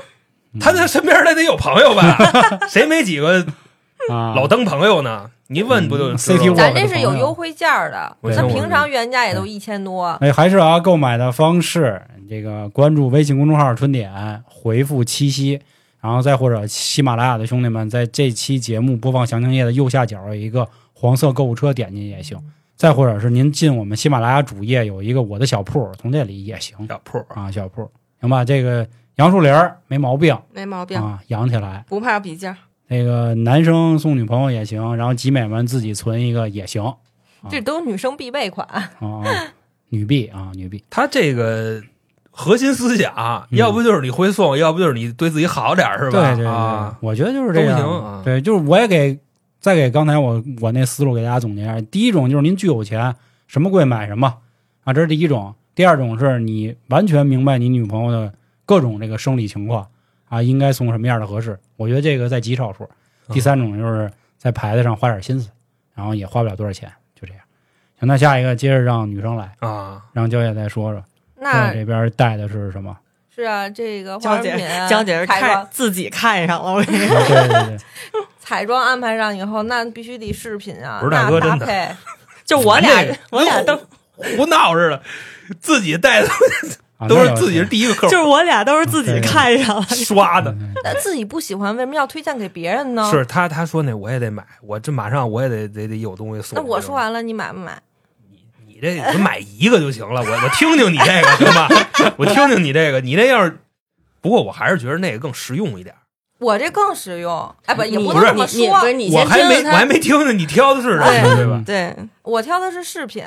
[SPEAKER 2] 嗯
[SPEAKER 3] 他在身边他得有朋友吧？ [LAUGHS] 谁没几个
[SPEAKER 2] 啊，
[SPEAKER 3] 老当朋友呢？你问不就
[SPEAKER 2] 嗯
[SPEAKER 3] 知道
[SPEAKER 2] CT
[SPEAKER 3] 了
[SPEAKER 2] 我
[SPEAKER 4] 咱
[SPEAKER 2] 的
[SPEAKER 4] 这是
[SPEAKER 2] 朋
[SPEAKER 4] 有
[SPEAKER 2] 友
[SPEAKER 4] 优惠价的，
[SPEAKER 3] 对
[SPEAKER 4] 咱
[SPEAKER 3] 我
[SPEAKER 4] 平常原价也都一千多。
[SPEAKER 2] 哎，还是啊，购买的方式，这个关注微信公众号“春点”，回复“七夕”，然后再或者喜马拉雅的兄弟们，在这期节目播放详情页的右下角有一个黄色购物车，点进去也行。
[SPEAKER 4] 嗯
[SPEAKER 2] 再或者是您进我们喜马拉雅主页有一个我的小铺，从这里也行
[SPEAKER 3] 小铺
[SPEAKER 2] 啊，小铺行吧？这个杨树林儿没毛病
[SPEAKER 5] 没毛病，
[SPEAKER 2] 啊，养起来。
[SPEAKER 5] 不怕比 [LAUGHS] 价。
[SPEAKER 2] 那个男生送女朋友也行，然后集美们自己存一个也行啊
[SPEAKER 4] 这都是女生必备款，
[SPEAKER 2] 啊，女币啊，女币。
[SPEAKER 3] 他这个核心思想，
[SPEAKER 2] 嗯
[SPEAKER 3] 要不就是你会送，要不就是你对自己好点儿是吧？
[SPEAKER 2] 对对对，
[SPEAKER 3] 啊，
[SPEAKER 2] 我觉得就是这样。
[SPEAKER 3] 都不行啊
[SPEAKER 2] 对，就是我也给再给刚才我我那思路给大家总结一下：第一种就是您巨有钱，什么贵买什么啊，这是第一种；第二种是你完全明白你女朋友的各种这个生理情况啊，应该送什么样的合适。我觉得这个在极少数。
[SPEAKER 3] 啊
[SPEAKER 2] 第三种就是在牌子上花点心思，然后也花不了多少钱，就这样。行，那下一个接着让女生来，
[SPEAKER 3] 啊，
[SPEAKER 2] 让娇姐再说说，娇
[SPEAKER 4] 那
[SPEAKER 2] 姐这边带的是什么？ [LAUGHS]
[SPEAKER 4] 是啊，这个化
[SPEAKER 5] 娇
[SPEAKER 4] 妆
[SPEAKER 5] 姐
[SPEAKER 4] 品
[SPEAKER 5] [LAUGHS]
[SPEAKER 4] 啊，，
[SPEAKER 5] 娇姐是
[SPEAKER 4] 彩
[SPEAKER 5] 看
[SPEAKER 4] 妆
[SPEAKER 5] 自己看上了，我
[SPEAKER 3] [LAUGHS]
[SPEAKER 5] 跟你
[SPEAKER 2] 啊对对对，
[SPEAKER 4] 彩妆安排上以后，那必须得饰品啊，
[SPEAKER 3] 不是大
[SPEAKER 4] 那
[SPEAKER 3] 哥
[SPEAKER 4] 搭
[SPEAKER 3] 真的
[SPEAKER 4] 配，
[SPEAKER 5] 就我俩
[SPEAKER 3] 这个，
[SPEAKER 5] 我俩都
[SPEAKER 3] 胡闹似的，自己带的
[SPEAKER 2] 啊、
[SPEAKER 3] 都
[SPEAKER 2] 那
[SPEAKER 3] 是
[SPEAKER 2] 倒
[SPEAKER 3] 自己是第一个客
[SPEAKER 5] 就
[SPEAKER 3] 户
[SPEAKER 5] 是我俩都是自己看上了。
[SPEAKER 3] 刷的。
[SPEAKER 2] 嗯
[SPEAKER 4] 那自己不喜欢，为什么要推荐给别人
[SPEAKER 5] 嗯
[SPEAKER 4] 呢？
[SPEAKER 3] 是他他说那我也得买，我这马上我也得得得有东西送。
[SPEAKER 4] 那我说，
[SPEAKER 5] 啊
[SPEAKER 4] 完了，你买不买？
[SPEAKER 3] 你这我买一个就行了，我我听听你这个行吧， [LAUGHS] 我听听你这个，你这要是，不过我还是觉得那个更实用一点。
[SPEAKER 4] 我这更实用， [LAUGHS] 哎，不也
[SPEAKER 5] 你
[SPEAKER 4] 不能这么
[SPEAKER 5] 你你
[SPEAKER 4] 说
[SPEAKER 5] 不，是你
[SPEAKER 3] 我
[SPEAKER 5] 先
[SPEAKER 3] 还
[SPEAKER 5] 听
[SPEAKER 3] 没
[SPEAKER 5] 听
[SPEAKER 3] 我还
[SPEAKER 5] 他，
[SPEAKER 3] 没听听你挑的是什么， [LAUGHS]
[SPEAKER 4] 嗯对
[SPEAKER 3] 对吧？
[SPEAKER 5] 对，
[SPEAKER 4] 我挑的是饰品，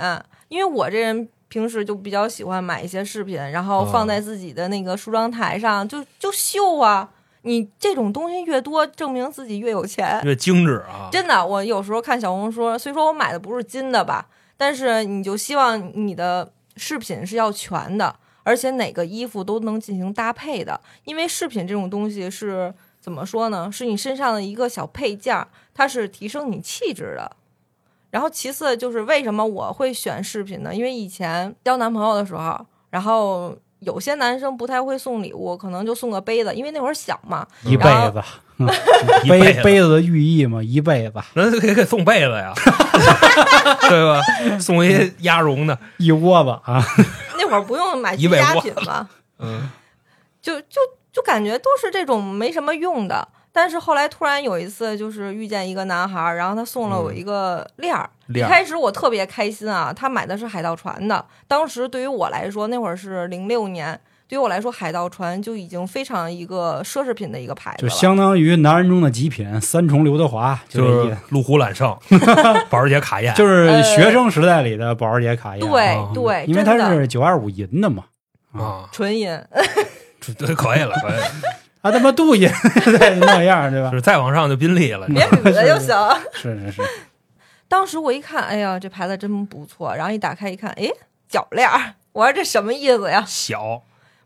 [SPEAKER 4] 因为我这人平时就比较喜欢买一些饰品，然后放在自己的那个梳妆台上，就就秀啊。你这种东西越多，证明自己越有钱。
[SPEAKER 3] 越精致啊，
[SPEAKER 4] 真的，我有时候看小红书，虽说我买的不是金的吧，但是你就希望你的饰品是要全的，而且哪个衣服都能进行搭配的，因为饰品这种东西是怎么说呢？是你身上的一个小配件儿，它是提升你气质的。然后其次就是为什么我会选饰品呢？因为以前交男朋友的时候，然后有些男生不太会送礼物，可能就送个杯子，因为那会儿小嘛，
[SPEAKER 2] 一辈
[SPEAKER 4] 然后
[SPEAKER 2] 子。
[SPEAKER 3] 一
[SPEAKER 2] 杯
[SPEAKER 3] 子
[SPEAKER 2] 杯子的寓意嘛，一辈子
[SPEAKER 3] 那就给给送被子
[SPEAKER 2] [LAUGHS]
[SPEAKER 3] 呀，对吧？送一鸭绒的，
[SPEAKER 2] 一窝子啊，
[SPEAKER 4] 那会儿不用买
[SPEAKER 3] [LAUGHS] 一
[SPEAKER 4] 居
[SPEAKER 3] 百
[SPEAKER 4] 家
[SPEAKER 3] 多
[SPEAKER 4] 品嘛，
[SPEAKER 3] 嗯，
[SPEAKER 4] 就就就感觉都是这种没什么用的。但是后来突然有一次，就是遇见一个男孩儿，然后他
[SPEAKER 2] 嗯
[SPEAKER 4] 送了我一个链儿。一
[SPEAKER 3] 链儿
[SPEAKER 4] 开始我特别开心啊，他买的是海盗船的。当时对于我来说，那会儿是零六年，对于我来说，海盗船就已经非常一个奢侈品的一个牌子
[SPEAKER 2] 就
[SPEAKER 4] 了。
[SPEAKER 2] 相当于男人中的极品，三重刘德华，就
[SPEAKER 3] 就
[SPEAKER 2] 这意思
[SPEAKER 3] 是。路虎揽胜、保时捷卡宴，
[SPEAKER 2] 就是学生时代里的保时捷卡宴，
[SPEAKER 4] 对
[SPEAKER 3] 啊
[SPEAKER 4] 对，
[SPEAKER 2] 因为
[SPEAKER 4] 真
[SPEAKER 2] 它
[SPEAKER 4] 的
[SPEAKER 2] 是九二五银的嘛，
[SPEAKER 3] 啊，
[SPEAKER 4] 纯银，
[SPEAKER 3] 这这可以了， [LAUGHS] 可以了，
[SPEAKER 2] 啊他妈镀银 [LAUGHS] 再那样，对吧
[SPEAKER 3] 就？是再往上就宾利了。
[SPEAKER 4] 别捋了就行。
[SPEAKER 2] [LAUGHS] 是是是，
[SPEAKER 4] 当时我一看，哎呀，这牌子真不错。然后一打开一看，哎，脚链儿，我说这什么意思呀？
[SPEAKER 3] 小，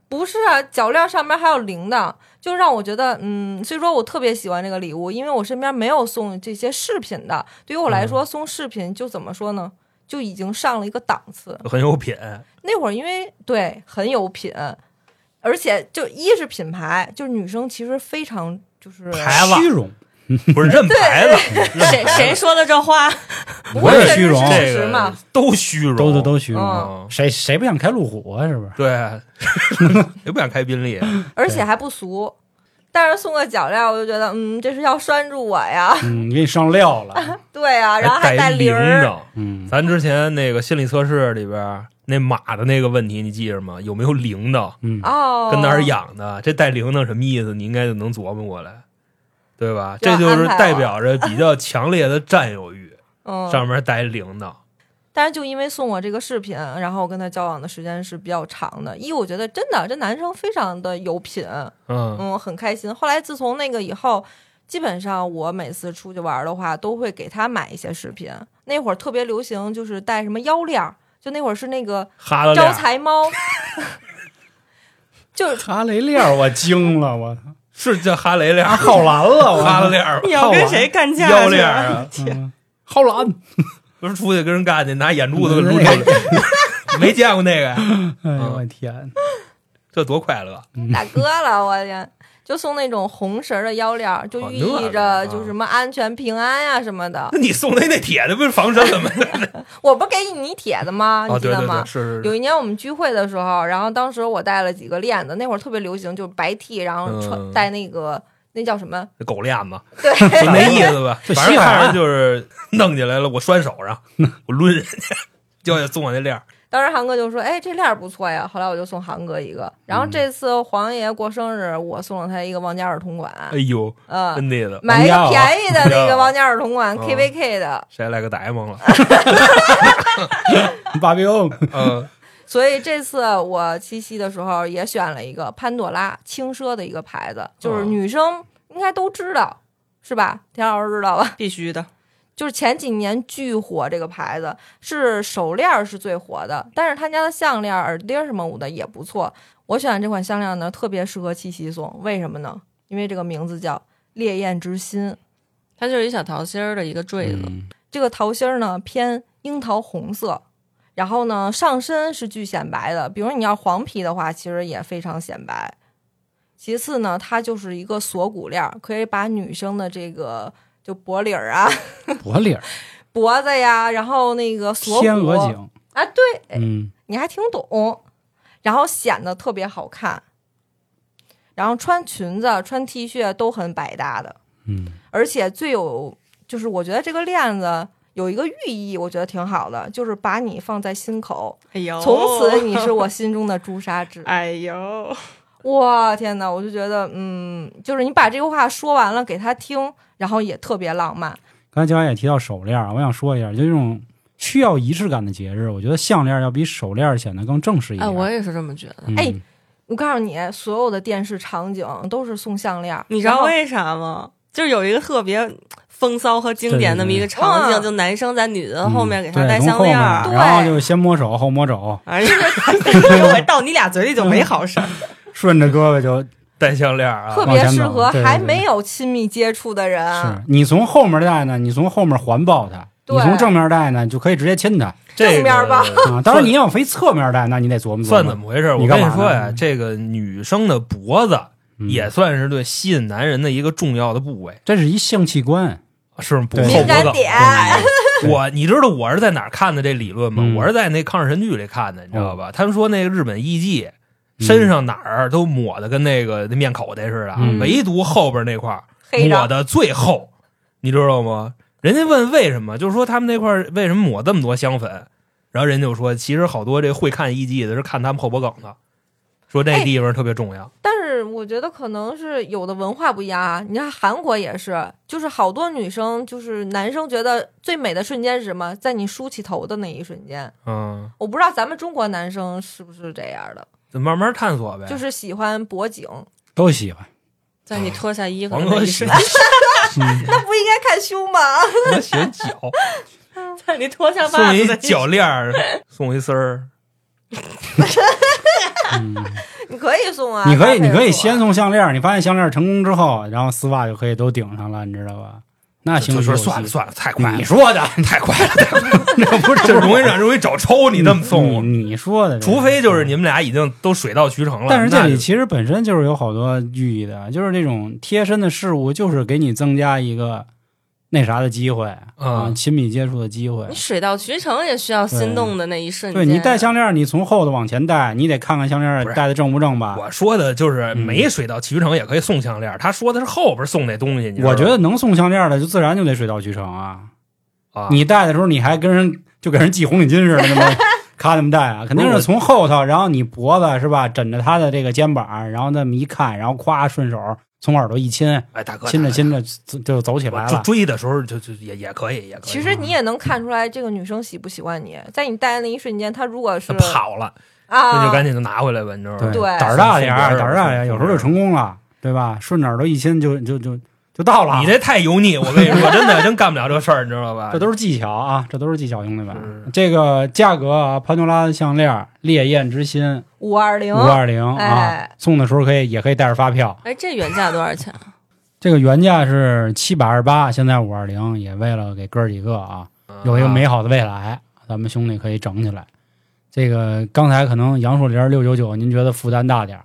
[SPEAKER 4] 不是啊，脚链上面还有铃铛，就让我觉得，嗯，所以说我特别喜欢这个礼物，因为我身边没有送这些饰品的。对于我来说，送饰品就怎么说呢？就已经上了一个档次。
[SPEAKER 3] 很有品，
[SPEAKER 4] 那会儿因为对很有品，而且就一是品牌，就是女生其实非常就是
[SPEAKER 3] 牌子
[SPEAKER 2] 虚荣，
[SPEAKER 3] 不是认牌子，
[SPEAKER 5] 谁 [LAUGHS] 谁说的这话？
[SPEAKER 4] 不
[SPEAKER 2] 我
[SPEAKER 4] 是
[SPEAKER 2] 也
[SPEAKER 4] 这
[SPEAKER 2] 虚
[SPEAKER 4] 是
[SPEAKER 2] 荣
[SPEAKER 4] 事
[SPEAKER 3] 这
[SPEAKER 4] 实嘛
[SPEAKER 3] 个，都虚荣，
[SPEAKER 2] 都都都虚荣。
[SPEAKER 4] 嗯
[SPEAKER 3] 嗯，
[SPEAKER 2] 谁谁不想开路虎啊？是不是？
[SPEAKER 3] 对， [LAUGHS] 也不想开宾利，
[SPEAKER 4] 而且还不俗。但是送个脚链，我就觉得，嗯，这是要拴住我呀，
[SPEAKER 2] 嗯，给你上料
[SPEAKER 4] [LAUGHS]
[SPEAKER 2] 了。
[SPEAKER 4] 对啊，然后还带
[SPEAKER 3] 带
[SPEAKER 4] 铃儿，
[SPEAKER 3] 铛。
[SPEAKER 2] 嗯，
[SPEAKER 3] 咱之前那个心理测试里边那马的那个问题，你记着吗？有没有铃铛？
[SPEAKER 2] 嗯，
[SPEAKER 4] 哦，
[SPEAKER 3] 跟哪儿养的？这带铃铛什么意思？你应该就能琢磨过来，对吧？
[SPEAKER 4] 就
[SPEAKER 3] 这
[SPEAKER 4] 要
[SPEAKER 3] 就是
[SPEAKER 4] 安排
[SPEAKER 3] 代表着比较强烈的占有欲，
[SPEAKER 4] 嗯，
[SPEAKER 3] 上面带铃铛。
[SPEAKER 4] 但是就因为送我这个视频，然后我跟他交往的时间是比较长的。一，我觉得真的这男生非常的有品，
[SPEAKER 3] 嗯，
[SPEAKER 4] 嗯，很开心。后来自从那个以后，基本上我每次出去玩的话，都会给他买一些饰品。那会儿特别流行，就是戴什么腰链儿，就那会儿是那个
[SPEAKER 3] 哈了
[SPEAKER 4] 招
[SPEAKER 3] 俩 [LAUGHS]
[SPEAKER 4] 财猫，就是
[SPEAKER 2] 哈雷链儿我惊了，我
[SPEAKER 3] 是叫哈雷链儿，
[SPEAKER 2] 浩兰啊了，我
[SPEAKER 3] [LAUGHS] 哈了链儿吧
[SPEAKER 5] 你要跟谁干架去？
[SPEAKER 3] 腰链儿啊，
[SPEAKER 2] 嗯浩兰，
[SPEAKER 3] 不是出去跟人干去，拿眼珠子撸出来， [LAUGHS] 没见过那个呀，
[SPEAKER 2] 哎呦我天，
[SPEAKER 3] 这多快乐！啊
[SPEAKER 4] 大哥了，我天！就送那种红绳儿的腰链儿，就
[SPEAKER 3] 哦
[SPEAKER 4] 寓
[SPEAKER 3] 那
[SPEAKER 4] 意
[SPEAKER 3] 个
[SPEAKER 4] 着
[SPEAKER 3] 啊
[SPEAKER 4] 就什么安全平安呀、什么的。
[SPEAKER 3] 那你送那那铁的不是防身的吗？
[SPEAKER 4] 我不是给你帖子吗？
[SPEAKER 3] 哦，
[SPEAKER 4] 啊你记
[SPEAKER 3] 对
[SPEAKER 4] 得
[SPEAKER 3] 对
[SPEAKER 4] 吗
[SPEAKER 3] 对，？是是
[SPEAKER 4] 有
[SPEAKER 3] 是，
[SPEAKER 4] 一年我们聚会的时候，然后当时我带了几个链子，那会儿特别流行，就是白 T，然后穿、
[SPEAKER 3] 嗯
[SPEAKER 4] 戴那个那叫什么？
[SPEAKER 3] 那狗链子，
[SPEAKER 4] 对，
[SPEAKER 3] 就那意思吧。
[SPEAKER 2] [LAUGHS] 这
[SPEAKER 3] 反正
[SPEAKER 2] 稀罕啊
[SPEAKER 3] 看着就是弄起来了，我拴手上，我抡人家，就要送我那链儿。
[SPEAKER 4] 当时韩哥就说：“哎，这链儿不错呀。”后来我就送韩哥一个，然后这
[SPEAKER 3] 嗯
[SPEAKER 4] 次黄爷过生日，我送了他一个王嘉尔同款，
[SPEAKER 3] 哎呦，
[SPEAKER 4] 嗯、
[SPEAKER 3] 真的的，
[SPEAKER 4] 买一个便宜的
[SPEAKER 3] 王嘉
[SPEAKER 4] 那个
[SPEAKER 3] 尔
[SPEAKER 4] 王嘉尔同款
[SPEAKER 3] 嗯
[SPEAKER 4] KVK 的，
[SPEAKER 3] 谁来个呆
[SPEAKER 4] [LAUGHS]
[SPEAKER 3] 萌了？
[SPEAKER 2] 芭比欧，
[SPEAKER 3] 嗯，
[SPEAKER 4] 所以这次我七夕的时候也选了一个潘朵拉轻奢的一个牌子，就是
[SPEAKER 3] 嗯
[SPEAKER 4] 女生应该都知道，是吧？田老师知道吧？
[SPEAKER 5] [LAUGHS] 必须的，
[SPEAKER 4] 就是前几年巨火这个牌子，是手链儿是最火的，但是他家的项链儿、耳钉儿什么的也不错。我选的这款项链呢，特别适合七夕送，为什么呢？因为这个名字叫“烈焰之心
[SPEAKER 5] 它就是一小桃心儿的一个坠子，
[SPEAKER 2] 嗯”，
[SPEAKER 4] 这个桃心儿呢偏樱桃红色，然后呢上身是巨显白的，比如你要黄皮的话，其实也非常显白。其次呢，它就是一个锁骨链儿，可以把女生的这个就脖领儿啊、
[SPEAKER 2] [LAUGHS] 脖领儿，
[SPEAKER 4] 脖子呀，然后那个锁骨
[SPEAKER 2] 天鹅颈，
[SPEAKER 4] 啊，对。
[SPEAKER 2] 嗯，
[SPEAKER 4] 你还挺懂，然后显得特别好看，然后穿裙子、穿 T 恤都很百搭的，
[SPEAKER 2] 嗯，
[SPEAKER 4] 而且最有就是我觉得这个链子有一个寓意，我觉得挺好的，就是把你放在心口，
[SPEAKER 5] 哎呦，。
[SPEAKER 4] 从此你是我心中的朱砂痣
[SPEAKER 5] [LAUGHS] 哎呦，
[SPEAKER 4] 哇，天哪！我就觉得，嗯，就是你把这个话说完了给他听，然后也特别浪漫。
[SPEAKER 2] 刚才教官也提到手链儿，我想说一下，就这种需要仪式感的节日，我觉得项链儿要比手链儿显得更正式一
[SPEAKER 5] 哎，
[SPEAKER 2] 点。
[SPEAKER 5] 我也是这么觉得。
[SPEAKER 2] 嗯
[SPEAKER 4] 哎我告诉你，所有的电视场景都是送项链儿，
[SPEAKER 5] 你知
[SPEAKER 4] 然
[SPEAKER 5] 道
[SPEAKER 4] 后
[SPEAKER 5] 为啥吗？就是有一个特别风骚和经典那么一个场
[SPEAKER 4] 对对
[SPEAKER 5] 景，
[SPEAKER 4] 对
[SPEAKER 5] 就男生在女的呃后面给她
[SPEAKER 2] 嗯
[SPEAKER 5] 戴
[SPEAKER 2] 对从
[SPEAKER 5] 项
[SPEAKER 2] 后
[SPEAKER 5] 链
[SPEAKER 2] 面
[SPEAKER 5] 儿。
[SPEAKER 2] 然后就先摸手后摸肘，
[SPEAKER 5] 哎呀， [LAUGHS] 给我到你俩嘴里就没好事儿。
[SPEAKER 2] 顺着胳膊就
[SPEAKER 3] 戴项链儿
[SPEAKER 4] 特
[SPEAKER 3] 啊，
[SPEAKER 4] 别适合
[SPEAKER 2] 往前走哦对对对
[SPEAKER 4] 还没有亲密接触的人。
[SPEAKER 2] 是你从后面戴呢，你从后面环抱它；
[SPEAKER 4] 对
[SPEAKER 2] 你从正面戴呢，就可以直接亲它
[SPEAKER 3] 这
[SPEAKER 4] 正面
[SPEAKER 3] 个
[SPEAKER 4] 吧
[SPEAKER 2] 啊。当然，你要非侧面戴，那你得琢磨琢
[SPEAKER 3] 算怎
[SPEAKER 2] 磨。
[SPEAKER 3] 么回事？
[SPEAKER 2] 你
[SPEAKER 3] 我
[SPEAKER 2] 干
[SPEAKER 3] 跟
[SPEAKER 2] 嘛
[SPEAKER 3] 你
[SPEAKER 2] 呢
[SPEAKER 3] 说呀，这个女生的脖子
[SPEAKER 2] 嗯
[SPEAKER 3] 也算是对吸引男人的一个重要的部位，
[SPEAKER 2] 这是一性器官，
[SPEAKER 3] 是吗？不
[SPEAKER 2] 对
[SPEAKER 3] 后
[SPEAKER 4] 敏
[SPEAKER 3] 脖
[SPEAKER 4] 感
[SPEAKER 3] 梗。
[SPEAKER 4] 点，
[SPEAKER 2] 对
[SPEAKER 3] 我你知道我是在哪儿看的这理论吗？
[SPEAKER 2] 嗯哦
[SPEAKER 3] 我是在那抗日神剧里看的，你知道吧？他们说那个日本艺
[SPEAKER 2] 嗯
[SPEAKER 3] 妓身上哪儿都抹的跟那个那面口袋似的啊，
[SPEAKER 2] 嗯
[SPEAKER 3] 唯独后边那块儿
[SPEAKER 4] 黑
[SPEAKER 3] 抹
[SPEAKER 4] 着
[SPEAKER 3] 的最厚，你知道吗？人家问为什么，就是说他们那块儿为什么抹这么多香粉，然后人家就说，其实好多这会看艺妓的是看他们后脖梗的，说
[SPEAKER 4] 哎
[SPEAKER 3] 这地方特别重要。
[SPEAKER 4] 但是我觉得可能是有的文化不一样啊。你看韩国也是，就是好多女生，就是男生觉得最美的瞬间是什么？在你梳起头的那一瞬间。
[SPEAKER 3] 嗯，
[SPEAKER 4] 我不知道咱们中国男生是不是这样的，
[SPEAKER 3] 就慢慢探索呗。
[SPEAKER 4] 就是喜欢脖颈，
[SPEAKER 2] 都喜欢。
[SPEAKER 5] 在你脱下衣服
[SPEAKER 3] 黄
[SPEAKER 5] 的那
[SPEAKER 3] 哥
[SPEAKER 5] 一
[SPEAKER 3] 喜
[SPEAKER 5] 瞬
[SPEAKER 3] 欢
[SPEAKER 5] 间，
[SPEAKER 4] 那不应该看胸吗？
[SPEAKER 3] 黄哥喜欢
[SPEAKER 4] [LAUGHS]
[SPEAKER 3] 脚，
[SPEAKER 5] 在你脱下袜
[SPEAKER 3] 送
[SPEAKER 5] 子
[SPEAKER 3] 一
[SPEAKER 5] 的一
[SPEAKER 3] 脚链儿，送一丝儿。
[SPEAKER 2] 嗯，
[SPEAKER 4] 你可以送啊，
[SPEAKER 2] 你可以，
[SPEAKER 4] 搭配
[SPEAKER 2] 你 [LAUGHS] 可以
[SPEAKER 4] 着做啊
[SPEAKER 2] 先送项链儿，你发现项链儿成功之后，然后丝袜就可以都顶上了，你知道吧？那啊行
[SPEAKER 3] 就
[SPEAKER 2] 之
[SPEAKER 3] 说
[SPEAKER 2] 有
[SPEAKER 3] 算了
[SPEAKER 2] 戏
[SPEAKER 3] 算了，太快了
[SPEAKER 2] 你，说
[SPEAKER 3] [LAUGHS]
[SPEAKER 2] 的，
[SPEAKER 3] 太快了，太快了，这不是这容易让容易找抽。你这么
[SPEAKER 2] [LAUGHS]
[SPEAKER 3] 送，
[SPEAKER 2] 你你说的，
[SPEAKER 3] 除非就是你。们俩已经都水到渠成了。
[SPEAKER 2] 但是这
[SPEAKER 3] 那
[SPEAKER 2] 里
[SPEAKER 3] 就
[SPEAKER 2] 其实本身就是有好多寓意的，就是这种贴身的事物，就是给你增加一个那啥的机会啊，
[SPEAKER 3] 嗯
[SPEAKER 2] 亲密接触的机会
[SPEAKER 5] 你。水到渠成也需要心动的那一瞬
[SPEAKER 2] 对
[SPEAKER 5] 间。
[SPEAKER 2] 你戴项链儿，你从后头往前戴，你得看看项链儿
[SPEAKER 3] 不是
[SPEAKER 2] 戴的正不正吧？
[SPEAKER 3] 我说的
[SPEAKER 2] 嗯
[SPEAKER 3] 就是没水到渠成也可以送项链儿，他说的是后边送那东西。你知道吗
[SPEAKER 2] 我觉得能送项链儿的，就自然就得水到渠成啊。
[SPEAKER 3] 啊，
[SPEAKER 2] 你戴的时候，你还跟人就给人系红领巾似的，那
[SPEAKER 3] [LAUGHS]
[SPEAKER 2] 么咔那么戴啊，肯定是从后头，然后你脖子是吧，枕着他的这个肩膀，然后那么一看，然后咵顺手从耳朵一亲，
[SPEAKER 3] 哎大哥，
[SPEAKER 2] 亲着
[SPEAKER 3] 大哥
[SPEAKER 2] 亲着就就走起来
[SPEAKER 3] 我就
[SPEAKER 2] 了。
[SPEAKER 3] 追的时候就就也也可以，也可以。
[SPEAKER 4] 其实你也能看出来这个女生喜不喜欢你，在你戴的那一瞬间，她如果是
[SPEAKER 3] 他跑了，那
[SPEAKER 4] 啊，
[SPEAKER 3] 就赶紧就拿回来吧，你知道吗？
[SPEAKER 4] 对
[SPEAKER 2] 胆儿大点
[SPEAKER 3] 送别
[SPEAKER 2] 儿，
[SPEAKER 3] 人
[SPEAKER 2] 胆儿大点儿，
[SPEAKER 3] 送
[SPEAKER 2] 有时候就成功了，对吧？顺着耳朵一亲就就就就到了。啊
[SPEAKER 3] 你这太油腻，我
[SPEAKER 2] [LAUGHS]
[SPEAKER 3] 跟你说，真的真干不了这事儿，你知道吧？
[SPEAKER 2] 这都是技巧啊，这都是技巧，兄弟
[SPEAKER 3] 是
[SPEAKER 2] 们。这个价格啊，潘多拉的项链，烈焰之
[SPEAKER 3] 哎
[SPEAKER 2] 心
[SPEAKER 4] 五二零
[SPEAKER 2] 五，二零啊
[SPEAKER 4] 哎，
[SPEAKER 2] 送的时候可以也可以带着发票。
[SPEAKER 5] 哎，这原价多少钱？
[SPEAKER 2] 这个原价是七百二十八，现在五二零，也为了给哥儿几个啊有一个美好的未来，咱们兄弟可以整起来。这个刚才可能杨树林六九九，您觉得负担大点儿，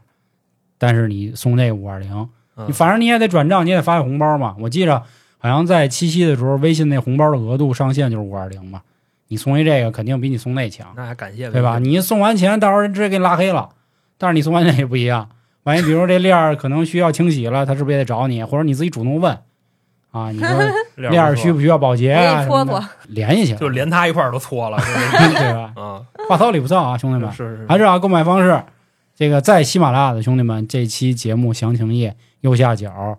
[SPEAKER 2] 但是你送这五二零，
[SPEAKER 3] 嗯
[SPEAKER 2] 你反正你也得转账，你也得发个红包嘛。我记着好像在七夕的时候，微信那红包的额度上限就是五二零嘛，你送一这个肯定比你送那强。
[SPEAKER 3] 那还感谢
[SPEAKER 2] 对吧？？你送完钱，到时候人直接给你拉黑了。但是你送完钱也不一样，万一比如说这链儿可能需要清洗了，他是不是也得找你？或者你自己主动问啊？ [LAUGHS] 你说链儿需不需要保洁
[SPEAKER 4] 给
[SPEAKER 2] 啊？
[SPEAKER 4] 你
[SPEAKER 2] 什
[SPEAKER 4] 搓
[SPEAKER 2] 么的
[SPEAKER 4] 搓，
[SPEAKER 2] 联系去，
[SPEAKER 3] 就连他一块儿都搓了，
[SPEAKER 2] 对吧？ [LAUGHS]
[SPEAKER 3] 啊，
[SPEAKER 2] 话糙理不糙啊，兄弟们！
[SPEAKER 3] 是是，
[SPEAKER 2] 还是啊，购买方式，这个在喜马拉雅的兄弟们，这期节目详情页右下角